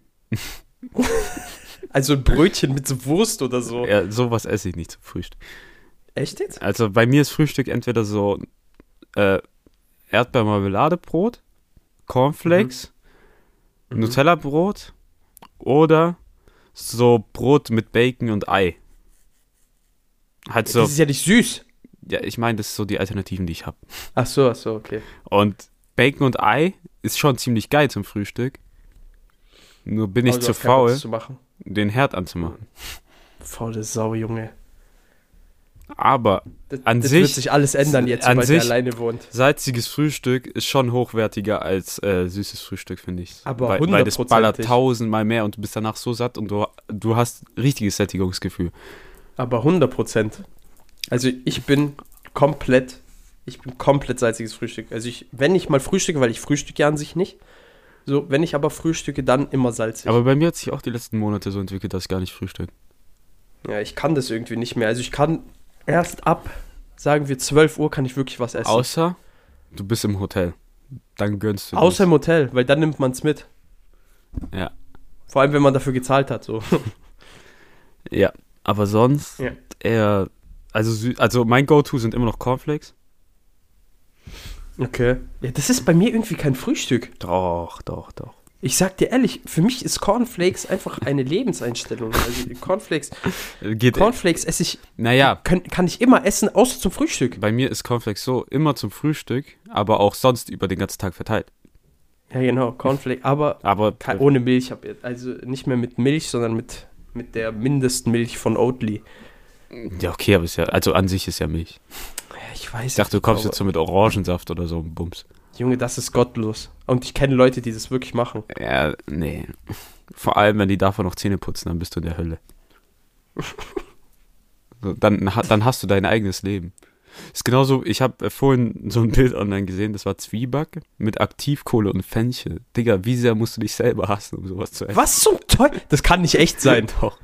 S3: Also ein Brötchen mit so Wurst oder so.
S4: Ja, sowas esse ich nicht zum Frühstück.
S3: Echt jetzt?
S4: Also bei mir ist Frühstück entweder so äh, Erdbeermarmeladebrot, Cornflakes,
S3: Mhm.
S4: Nutella-Brot oder so Brot mit Bacon und Ei. Halt so,
S3: Das ist ja nicht süß.
S4: ja, ich meine, das ist so die Alternativen, die ich habe.
S3: Ach so, ach so, okay.
S4: Und Bacon und Ei ist schon ziemlich geil zum Frühstück. Nur bin ich
S3: Aber du
S4: zu
S3: hast Also keinen Bock,
S4: faul,
S3: das zu machen.
S4: den Herd anzumachen.
S3: Faule Sau, Junge.
S4: Aber
S3: Das,
S4: An
S3: das
S4: sich-
S3: wird sich alles ändern jetzt,
S4: an
S3: sobald er
S4: sich-
S3: alleine wohnt.
S4: salziges Frühstück ist schon hochwertiger als äh, süßes Frühstück, finde ich.
S3: Aber
S4: weil, weil das ballert
S3: hundertprozentig.
S4: tausendmal mehr und du bist danach so satt und du, du hast richtiges Sättigungsgefühl.
S3: Aber 100 Prozent. Also ich bin komplett, ich bin komplett salziges Frühstück. Also ich, wenn ich mal frühstücke, weil ich frühstücke ja an sich nicht. So, wenn ich aber frühstücke, dann immer salzig.
S4: Aber bei mir hat sich auch die letzten Monate so entwickelt, dass ich gar nicht frühstück.
S3: ja, ich kann das irgendwie nicht mehr. Also ich kann erst ab, sagen wir 12 Uhr, kann ich wirklich was essen.
S4: Außer du bist im Hotel. Dann gönnst du
S3: Außer im Hotel, weil dann nimmt man es mit.
S4: das. Ja.
S3: Vor allem, wenn man dafür gezahlt hat. So.
S4: Ja. Aber sonst
S3: Ja.
S4: eher. Also, sü- also mein Go-To sind immer noch Cornflakes.
S3: Okay. Ja, das ist bei mir irgendwie kein Frühstück.
S4: Doch, doch, doch.
S3: Ich sag dir ehrlich, für mich ist Cornflakes einfach eine Lebenseinstellung. Also Cornflakes,
S4: Äh, Geht,
S3: Cornflakes esse ich
S4: naja,
S3: Kann, kann ich immer essen, außer zum Frühstück.
S4: bei mir ist Cornflakes so immer zum Frühstück, aber auch sonst über den ganzen Tag verteilt.
S3: Ja, genau, Cornflake, aber
S4: Aber
S3: ke- ohne Milch. hab ich- Also nicht mehr mit Milch, sondern mit, mit der Mindestmilch von Oatly.
S4: ja, okay, aber ist ja, also an sich ist ja Milch.
S3: Ja, Ich weiß
S4: Ich dachte, du kommst jetzt
S3: aber-
S4: so mit Orangensaft oder so, Bums.
S3: Junge, das ist gottlos. Und ich kenne Leute, die das wirklich machen.
S4: Ja, nee. Vor allem, wenn die davon noch Zähne putzen, dann bist du in der Hölle. So, dann, ha- dann hast du dein eigenes Leben. Ist genauso, ich habe vorhin so ein Bild online gesehen, das war Zwieback mit Aktivkohle und Fenchel. Digga, wie sehr musst du dich selber hassen, um sowas zu essen?
S3: Was zum Teufel? Das kann nicht echt sein.
S4: Doch.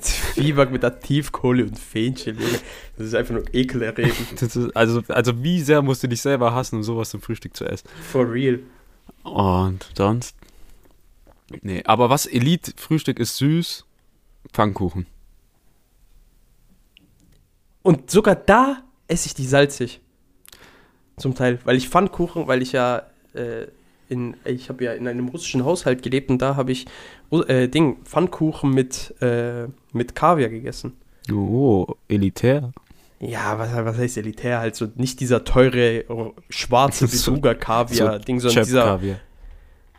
S3: Zwieback mit Aktivkohle und Fähnchen, Junge. Das ist einfach nur ekelerregend.
S4: Das ist, also, also wie sehr musst du dich selber hassen, um sowas zum Frühstück zu essen?
S3: For real.
S4: Und sonst? Nee, aber was Elite-Frühstück ist süß? Pfannkuchen.
S3: Und sogar da esse ich die salzig. Zum Teil, weil ich Pfannkuchen, weil ich ja äh, in, ich habe ja in einem russischen Haushalt gelebt und da habe ich Ru- äh, Ding Pfannkuchen mit äh, mit Kaviar gegessen.
S4: Oh, elitär.
S3: Ja, was, was heißt elitär halt so nicht dieser teure oh, schwarze
S4: So-
S3: Besucher Kaviar Ding, sondern dieser
S4: Chef-Kaviar.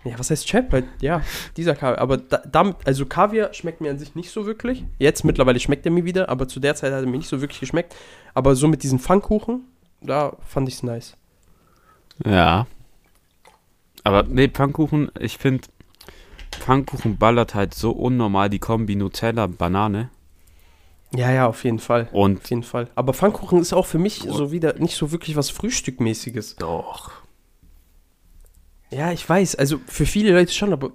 S3: Ja, was heißt Chaplet? Ja, dieser Kaviar. Aber da, damit, also Kaviar schmeckt mir an sich nicht so wirklich. Jetzt mittlerweile schmeckt er mir wieder, aber zu der Zeit hat er mir nicht so wirklich geschmeckt. Aber so mit diesen Pfannkuchen, da fand ich es nice.
S4: Ja. Aber nee, Pfannkuchen, ich finde, Pfannkuchen ballert halt so unnormal die Kombi Nutella-Banane.
S3: Ja, ja, auf jeden Fall.
S4: Und
S3: Auf jeden Fall. Aber Pfannkuchen ist auch für mich so wieder nicht so wirklich was Frühstückmäßiges.
S4: doch.
S3: Ja, ich weiß. Also für viele Leute schon, aber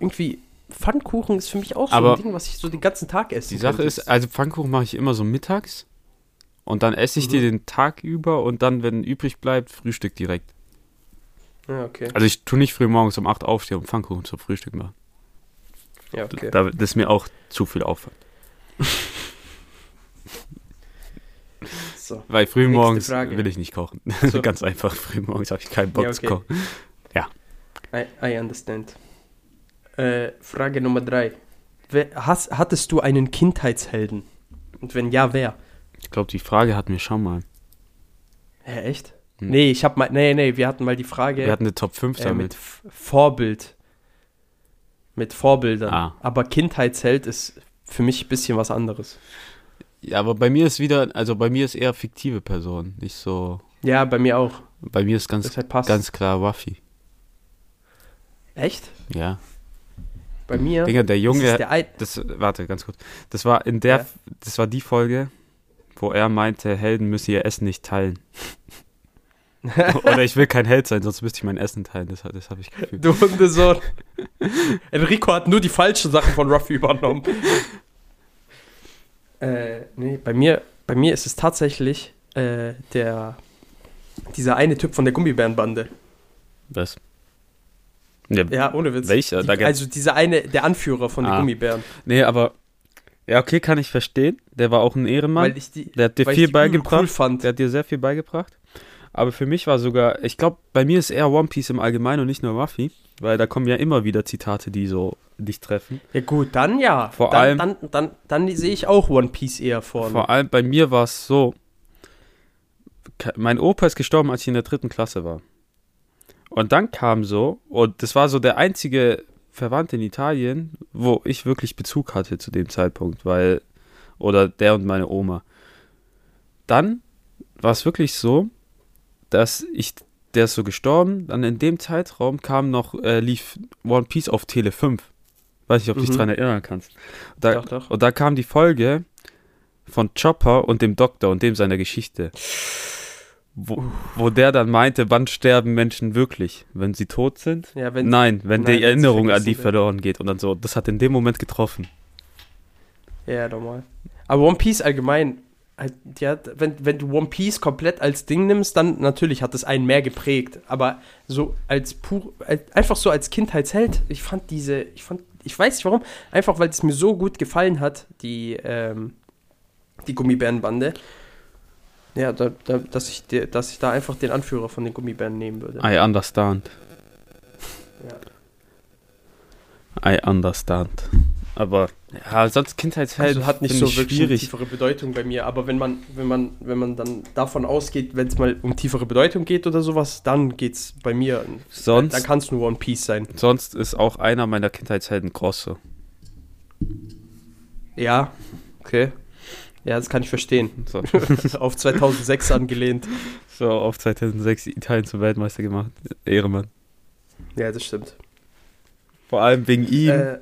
S3: irgendwie Pfannkuchen ist für mich auch so
S4: Aber
S3: ein Ding, was ich so den ganzen Tag esse.
S4: Die Sache ist, also Pfannkuchen mache ich immer so mittags und dann esse ich die den Tag über und dann, wenn übrig bleibt, Frühstück direkt.
S3: Ja, Ah, okay.
S4: Also ich tue nicht früh morgens um 8 aufstehen und Pfannkuchen zum Frühstück machen.
S3: Ja, okay.
S4: Da, das ist mir auch zu viel Aufwand.
S3: So.
S4: Weil früh
S3: Nächste
S4: morgens
S3: Frage.
S4: will ich nicht kochen.
S3: So.
S4: Ganz einfach, früh morgens habe ich keinen Bock
S3: Ja,
S4: zu
S3: okay.
S4: kochen.
S3: I, I understand. Äh, Frage Nummer drei. Wer, hast, hattest du einen Kindheitshelden? Und wenn ja, wer?
S4: Ich glaube, die Frage hatten wir schon mal.
S3: Hä, echt?
S4: Hm.
S3: Nee, ich hab mal. Nee, nee, wir hatten mal die Frage
S4: Wir hatten eine Top 5
S3: äh, mit
S4: damit.
S3: F Vorbild. Mit Vorbildern.
S4: Ah.
S3: Aber Kindheitsheld ist für mich ein bisschen was anderes.
S4: Ja, aber bei mir ist wieder, also bei mir ist eher fiktive Person, nicht so.
S3: Ja, bei mir auch.
S4: Bei mir ist ganz,
S3: Deshalb passt.
S4: ganz klar Waffi.
S3: Echt?
S4: Ja.
S3: Bei mir.
S4: Digga, der Junge,
S3: Das ist der Ei
S4: Das, warte, ganz kurz. Das war in der,
S3: Ja.
S4: das war die Folge, wo er meinte, Helden müssen ihr Essen nicht teilen. Oder ich will kein Held sein, sonst müsste ich mein Essen teilen. Das, das habe ich gefühlt.
S3: Du Hundesohn. Enrico hat nur die falschen Sachen von Ruffy übernommen. äh, nee, bei mir, bei mir ist es tatsächlich äh, der, dieser eine Typ von der Gummibärenbande.
S4: Was? Ja,
S3: Ja, ohne Witz.
S4: Welcher?
S3: Die,
S4: Da gab's-
S3: also dieser eine, der Anführer von den
S4: Ah.
S3: Gummibären.
S4: Nee, aber. Ja, okay, kann ich verstehen. Der war auch ein Ehrenmann.
S3: Weil ich die,
S4: der hat dir
S3: weil
S4: viel
S3: ich die übel
S4: beigebracht.
S3: cool fand.
S4: Der hat dir sehr viel beigebracht. Aber für mich war sogar, ich glaube, bei mir ist eher One Piece im Allgemeinen und nicht nur Ruffy, weil da kommen ja immer wieder Zitate, die so dich treffen.
S3: Ja gut, dann ja.
S4: Vor
S3: dann,
S4: allem-
S3: Dann, dann, dann, sehe ich auch One Piece eher vorne.
S4: Vor allem bei mir war es so, ke- mein Opa ist gestorben, als ich in der dritten Klasse war. Und dann kam so, und das war so der einzige Verwandte in Italien, wo ich wirklich Bezug hatte zu dem Zeitpunkt, weil, oder der und meine Oma. Dann war es wirklich so, dass ich, der ist so gestorben, dann in dem Zeitraum kam noch, äh, lief One Piece auf Tele 5. Weiß nicht, ob du dich
S3: Mhm.
S4: dran erinnern kannst. Da,
S3: Doch, doch.
S4: Und da kam die Folge von Chopper und dem Doktor und dem seiner Geschichte. Wo, wo der dann meinte, wann sterben Menschen wirklich? Wenn sie tot sind?
S3: Ja, wenn-
S4: nein, wenn
S3: nein, wenn
S4: die
S3: sie
S4: Erinnerung an
S3: vergessen
S4: die
S3: werden.
S4: verloren geht und dann so. Das hat in dem Moment getroffen.
S3: Ja, normal. Aber One Piece allgemein, halt, die hat, wenn, wenn du One Piece komplett als Ding nimmst, dann natürlich hat es einen mehr geprägt. Aber so als pur, als, einfach so als Kindheitsheld, ich fand diese, ich fand, ich weiß nicht warum, einfach weil es mir so gut gefallen hat, die, ähm, die Gummibärenbande. Ja, da, da, dass, ich, dir- dass ich da einfach den Anführer von den Gummibären nehmen würde.
S4: I understand.
S3: Ja.
S4: I understand. Aber ja, sonst Kindheitsheld
S3: Also hat nicht
S4: find
S3: so
S4: ich
S3: wirklich eine
S4: schwierig.
S3: tiefere Bedeutung bei mir, aber wenn man, wenn man, wenn man dann davon ausgeht, wenn es mal um tiefere Bedeutung geht oder sowas, dann geht's bei mir. Dann
S4: Sonst,
S3: kann es nur One Piece sein.
S4: sonst ist auch einer meiner Kindheitshelden Grosso.
S3: Ja, okay. Ja, das kann ich verstehen.
S4: So,
S3: Auf 2006 angelehnt.
S4: so auf 2006 Italien zum Weltmeister gemacht. Ehrenmann.
S3: Ja, das stimmt.
S4: Vor allem wegen ihm.
S3: Äh,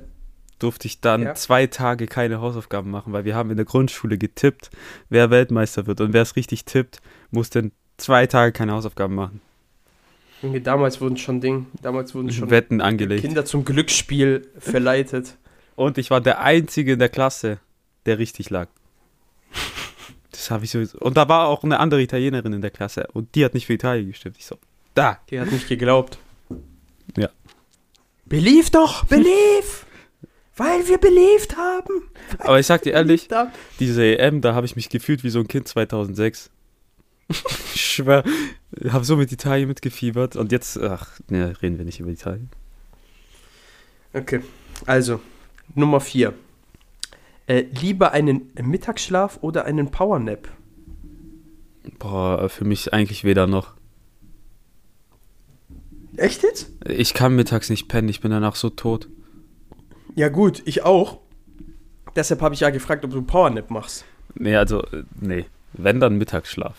S4: durfte ich dann
S3: Ja.
S4: zwei Tage keine Hausaufgaben machen, weil wir haben in der Grundschule getippt, wer Weltmeister wird. Und wer es richtig tippt, muss dann zwei Tage keine Hausaufgaben machen.
S3: irgendwie damals wurden schon Ding, damals wurden schon
S4: Wetten angelegt.
S3: Kinder zum Glücksspiel verleitet.
S4: Und ich war der Einzige in der Klasse, der richtig lag. Das habe ich sowieso. Und da war auch eine andere Italienerin in der Klasse und die hat nicht für Italien gestimmt. Ich so, da.
S3: Die hat nicht geglaubt.
S4: Ja.
S3: Believe doch, believe! Weil wir believed haben.
S4: Aber ich sag dir ehrlich,
S3: Da
S4: diese EM, da habe ich mich gefühlt wie so ein Kind 2006. ich schwör, habe so mit Italien mitgefiebert und jetzt, ach, ne, reden wir nicht über Italien.
S3: Okay, also Nummer 4. Äh, lieber einen Mittagsschlaf oder einen Powernap?
S4: Boah, für mich eigentlich weder noch.
S3: Echt jetzt?
S4: Ich kann mittags nicht pennen, ich bin danach so tot.
S3: Ja, gut, ich auch. Deshalb habe ich ja gefragt, ob du einen Powernap machst.
S4: Nee, also, äh, nee. Wenn, dann Mittagsschlaf.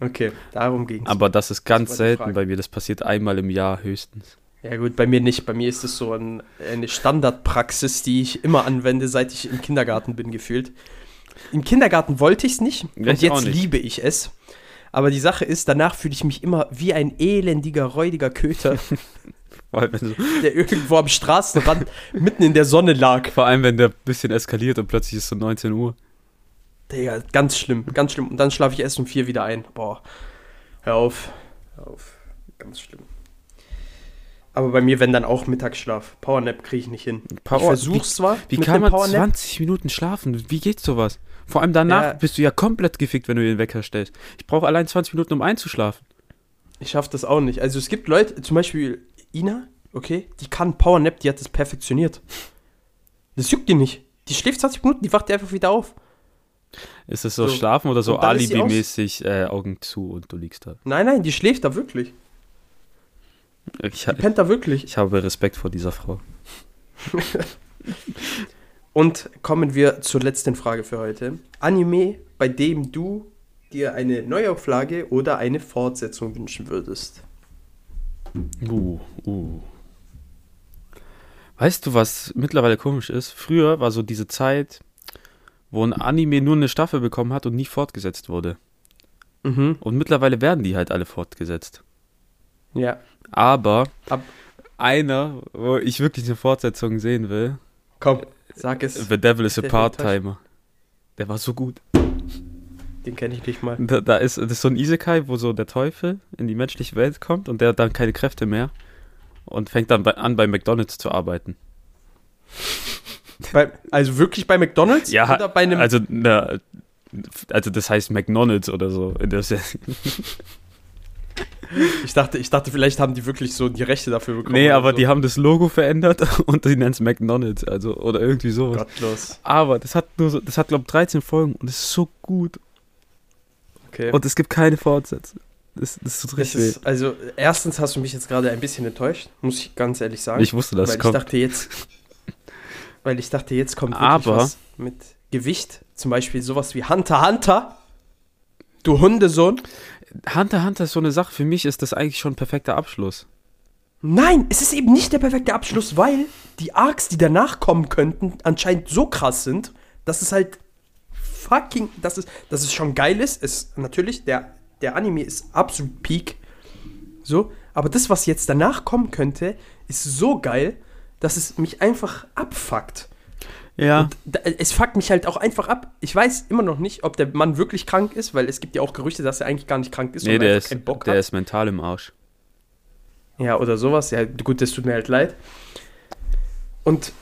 S3: Okay, darum ging es.
S4: Aber das ist ganz
S3: war die
S4: selten
S3: Frage.
S4: bei mir. Das passiert einmal im Jahr höchstens.
S3: Ja gut, bei mir nicht. Bei mir ist es so ein, eine Standardpraxis, die ich immer anwende, seit ich im Kindergarten bin, gefühlt. Im Kindergarten wollte ich es nicht
S4: Ja,
S3: und
S4: ich auch
S3: jetzt
S4: nicht.
S3: liebe ich es. Aber die Sache ist, danach fühle ich mich immer wie ein elendiger, räudiger Köter,
S4: Vor allem, wenn, so,
S3: der irgendwo am Straßenrand mitten in der Sonne lag.
S4: vor allem, wenn der ein bisschen eskaliert und plötzlich ist so 19 Uhr.
S3: Digga, ganz schlimm, ganz schlimm. Und dann schlafe ich erst um vier wieder ein. Boah, hör auf. Hör auf, ganz schlimm. Aber bei mir, wenn dann auch Mittagsschlaf. Powernap kriege ich nicht hin.
S4: Power-
S3: ich versuch's zwar.
S4: Wie
S3: mit
S4: kann
S3: nem
S4: man
S3: Powernap.
S4: 20 Minuten schlafen? Wie geht sowas? Vor allem danach
S3: Ja.
S4: bist du ja komplett gefickt, wenn du den Wecker stellst. Ich brauche allein 20 Minuten, um einzuschlafen.
S3: Ich schaffe das auch nicht. Also es gibt Leute, zum Beispiel Ina, okay, die kann Powernap, die hat das perfektioniert. Das juckt die nicht. Die schläft 20 Minuten, die wacht einfach wieder auf.
S4: Ist es so,
S3: So.
S4: schlafen oder so
S3: Und dann ist sie aus-
S4: alibimäßig äh, Augen zu und du liegst da?
S3: Nein, nein, die schläft da wirklich.
S4: Ich,
S3: Die pennt da wirklich.
S4: ich habe Respekt vor dieser Frau.
S3: Und kommen wir zur letzten Frage für heute. Anime, bei dem du dir eine Neuauflage oder eine Fortsetzung wünschen würdest.
S4: Uh, uh. Weißt du, was mittlerweile komisch ist? Früher war so diese Zeit, wo ein Anime nur eine Staffel bekommen hat und nie fortgesetzt wurde.
S3: Mhm.
S4: Und mittlerweile werden die halt alle fortgesetzt.
S3: Ja.
S4: Aber
S3: Ab-
S4: einer, wo ich wirklich eine Fortsetzung sehen will,
S3: Komm, sag es.
S4: The Devil is a
S3: Der
S4: Part-Timer. Der war so gut.
S3: Den kenne ich nicht mal.
S4: Da, da ist, das ist so ein Isekai, wo so der Teufel in die menschliche Welt kommt und der hat dann keine Kräfte mehr und fängt dann bei, an, bei McDonalds zu arbeiten.
S3: Bei, also wirklich bei McDonalds?
S4: Ja,
S3: Oder bei einem.
S4: also, na, also das heißt McDonalds oder so. Das,
S3: ich, dachte, ich dachte, vielleicht haben die wirklich so die Rechte dafür bekommen.
S4: nee,
S3: oder
S4: aber
S3: so.
S4: die haben das Logo verändert und die nennen es McDonalds, also oder irgendwie sowas.
S3: Gottlos.
S4: Aber das hat nur so, das hat glaube ich 13 Folgen und es ist so gut
S3: Okay.
S4: und es gibt keine Fortsetzung. Das, das tut
S3: Es
S4: richtig weh.
S3: ist, also, erstens hast du mich jetzt gerade ein bisschen enttäuscht, muss ich ganz ehrlich sagen.
S4: Ich wusste, dass
S3: weil
S4: es kommt.
S3: ich dachte jetzt, weil ich dachte jetzt kommt wirklich
S4: Aber-
S3: was mit Gewicht, zum Beispiel sowas wie Hunter Hunter. Du Hundesohn?
S4: Hunter x Hunter ist so eine Sache. Für mich ist das eigentlich schon ein perfekter Abschluss.
S3: Nein, es ist eben nicht der perfekte Abschluss, weil die Arcs, die danach kommen könnten, anscheinend so krass sind, dass es halt fucking, dass es, dass es schon geil ist. Es, natürlich, der, der Anime ist absolut peak. So, aber das, was jetzt danach kommen könnte, ist so geil, dass es mich einfach abfuckt.
S4: Ja.
S3: Und da, es fuckt mich halt auch einfach ab. Ich weiß immer noch nicht, ob der Mann wirklich krank ist, weil es gibt ja auch Gerüchte, dass er eigentlich gar nicht krank ist.
S4: nee,
S3: und
S4: der
S3: einfach
S4: ist,
S3: keinen Bock
S4: der
S3: hat.
S4: ist mental im Arsch.
S3: Ja, oder sowas. Ja, gut, das tut mir halt leid. Und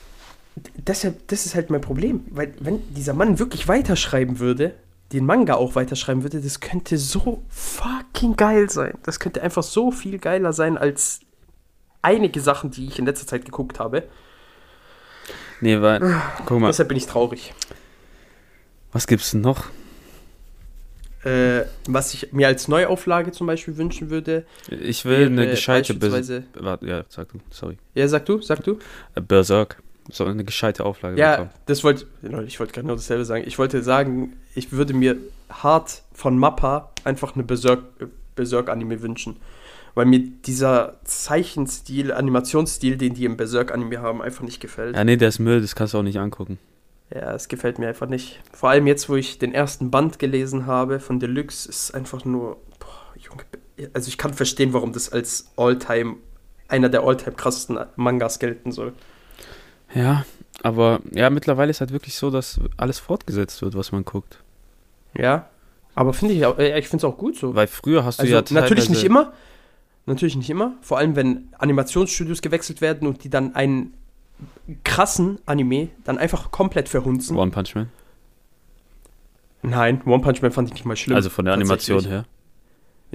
S3: d- deshalb, das ist halt mein Problem. Weil, wenn dieser Mann wirklich weiterschreiben würde, den Manga auch weiterschreiben würde, das könnte so fucking geil sein. Das könnte einfach so viel geiler sein als einige Sachen, die ich in letzter Zeit geguckt habe.
S4: Nee, weil, guck mal,
S3: Deshalb bin ich traurig.
S4: was gibt's denn noch?
S3: Äh, was ich mir als Neuauflage zum Beispiel wünschen würde,
S4: Ich will eine
S3: wäre
S4: gescheite Bes
S3: äh, beispielsweise.
S4: Warte, ja, sag du, sorry.
S3: Ja, sag du, sag du.
S4: Äh, Berserk. So eine gescheite Auflage
S3: Ja,
S4: bekommen.
S3: das wollte ich wollte genau dasselbe sagen. Ich wollte sagen, ich würde mir hart von Mappa einfach eine Berserk äh, Berserk Anime wünschen, weil mir dieser Zeichenstil, Animationsstil, den die im Berserk Anime haben, einfach nicht gefällt.
S4: Ja, nee, der ist Müll, das kannst du auch nicht angucken.
S3: Ja, es gefällt mir einfach nicht. Vor allem jetzt, wo ich den ersten Band gelesen habe von Deluxe, ist einfach nur boah, Junge, also ich kann verstehen, warum das als Alltime einer der Alltime krassesten Mangas gelten soll.
S4: Ja, aber ja, mittlerweile ist halt wirklich so, dass alles fortgesetzt wird, was man guckt.
S3: Ja, aber finde ich auch- äh, ich finde es auch gut so.
S4: Weil früher hast du
S3: Also
S4: ja
S3: natürlich
S4: teilweise-
S3: nicht immer. Natürlich nicht immer. Vor allem, wenn Animationsstudios gewechselt werden und die dann einen krassen Anime dann einfach komplett verhunzen.
S4: One Punch Man.
S3: Nein, One Punch Man fand ich nicht mal schlimm.
S4: Also von der Animation
S3: tatsächlich.
S4: her.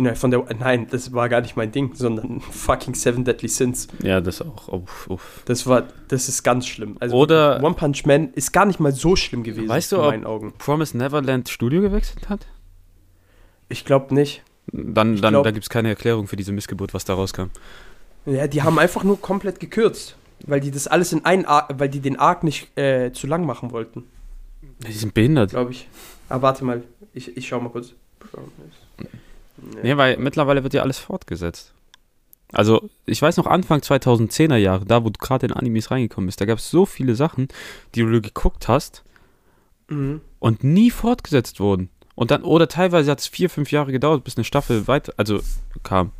S3: Nein, von der, nein, das war gar nicht mein Ding, sondern fucking Seven Deadly Sins.
S4: Ja, das auch. Uff, uff.
S3: Das war, das ist ganz schlimm. Also
S4: Oder-
S3: One Punch Man ist gar nicht mal so schlimm gewesen
S4: Weißt du,
S3: in
S4: ob-
S3: meinen Augen.
S4: Promise Neverland Studio gewechselt hat?
S3: Ich glaube nicht.
S4: Dann, dann
S3: glaub-
S4: da gibt es keine Erklärung für diese Missgeburt, was da rauskam.
S3: Ja, die haben einfach nur komplett gekürzt, weil die das alles in einen Arc, weil die den Arc nicht äh, zu lang machen wollten,
S4: Die sind behindert.
S3: glaube ich. Aber warte mal, ich, ich schau mal kurz.
S4: Nee, weil mittlerweile wird ja alles fortgesetzt. Also, ich weiß noch, Anfang 2010er Jahre, da wo du gerade in Animes reingekommen bist, da gab es so viele Sachen, die du geguckt hast
S3: Mhm.
S4: und nie fortgesetzt wurden. Und dann, oder teilweise hat es vier, fünf Jahre gedauert, bis eine Staffel weit, also kam.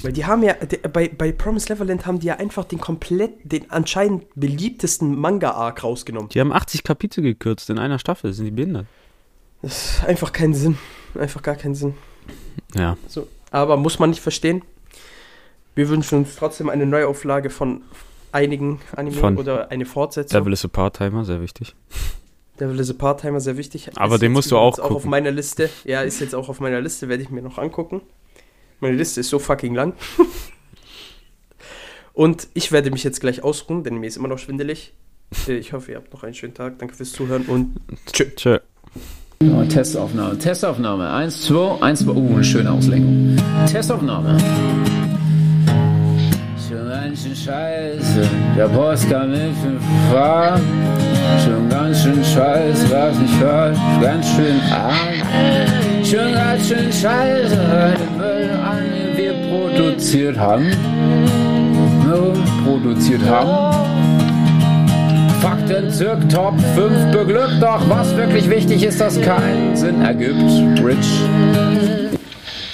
S3: Weil die haben ja, die, bei, bei Promise Neverland haben die ja einfach den komplett, den anscheinend beliebtesten Manga-Arc rausgenommen.
S4: Die haben 80 Kapitel gekürzt in einer Staffel, sind die behindert.
S3: Das ist einfach keinen Sinn. Einfach gar keinen Sinn.
S4: Ja.
S3: So. Aber muss man nicht verstehen. Wir wünschen uns trotzdem eine Neuauflage von einigen Anime
S4: Von
S3: oder eine Fortsetzung.
S4: Devil is a Part-Timer, sehr wichtig.
S3: Devil is a Part-Timer, sehr wichtig.
S4: Aber
S3: Ist
S4: den
S3: jetzt
S4: musst du auch
S3: übrigens auch auf
S4: gucken.
S3: meiner Liste. Ja, ist jetzt auch auf meiner Liste, werde ich mir noch angucken. Meine Liste ist so fucking lang. Und ich werde mich jetzt gleich ausruhen, denn mir ist immer noch schwindelig. Äh, Ich hoffe, ihr habt noch einen schönen Tag. Danke fürs Zuhören und
S4: Tschö. Tschö.
S1: Oh, Testaufnahme, Testaufnahme. Eins, zwei, eins, zwei. Oh, eine schöne Auslenkung. Testaufnahme. Schon ganz schön scheiße, der Post kam nicht in Frage. Schon ganz schön scheiße, was nicht hört. Ganz schön arm. Schon ganz schön scheiße, den Müll an, den wir produziert haben. Nur produziert haben. Fakten zirk Top 5 beglückt, doch was wirklich wichtig ist, das keinen Sinn ergibt. Rich.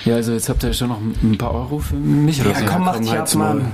S2: Ja, also jetzt habt ihr schon noch ein paar Euro für mich oder so.
S5: Ja, komm, mach dich ab, Mann.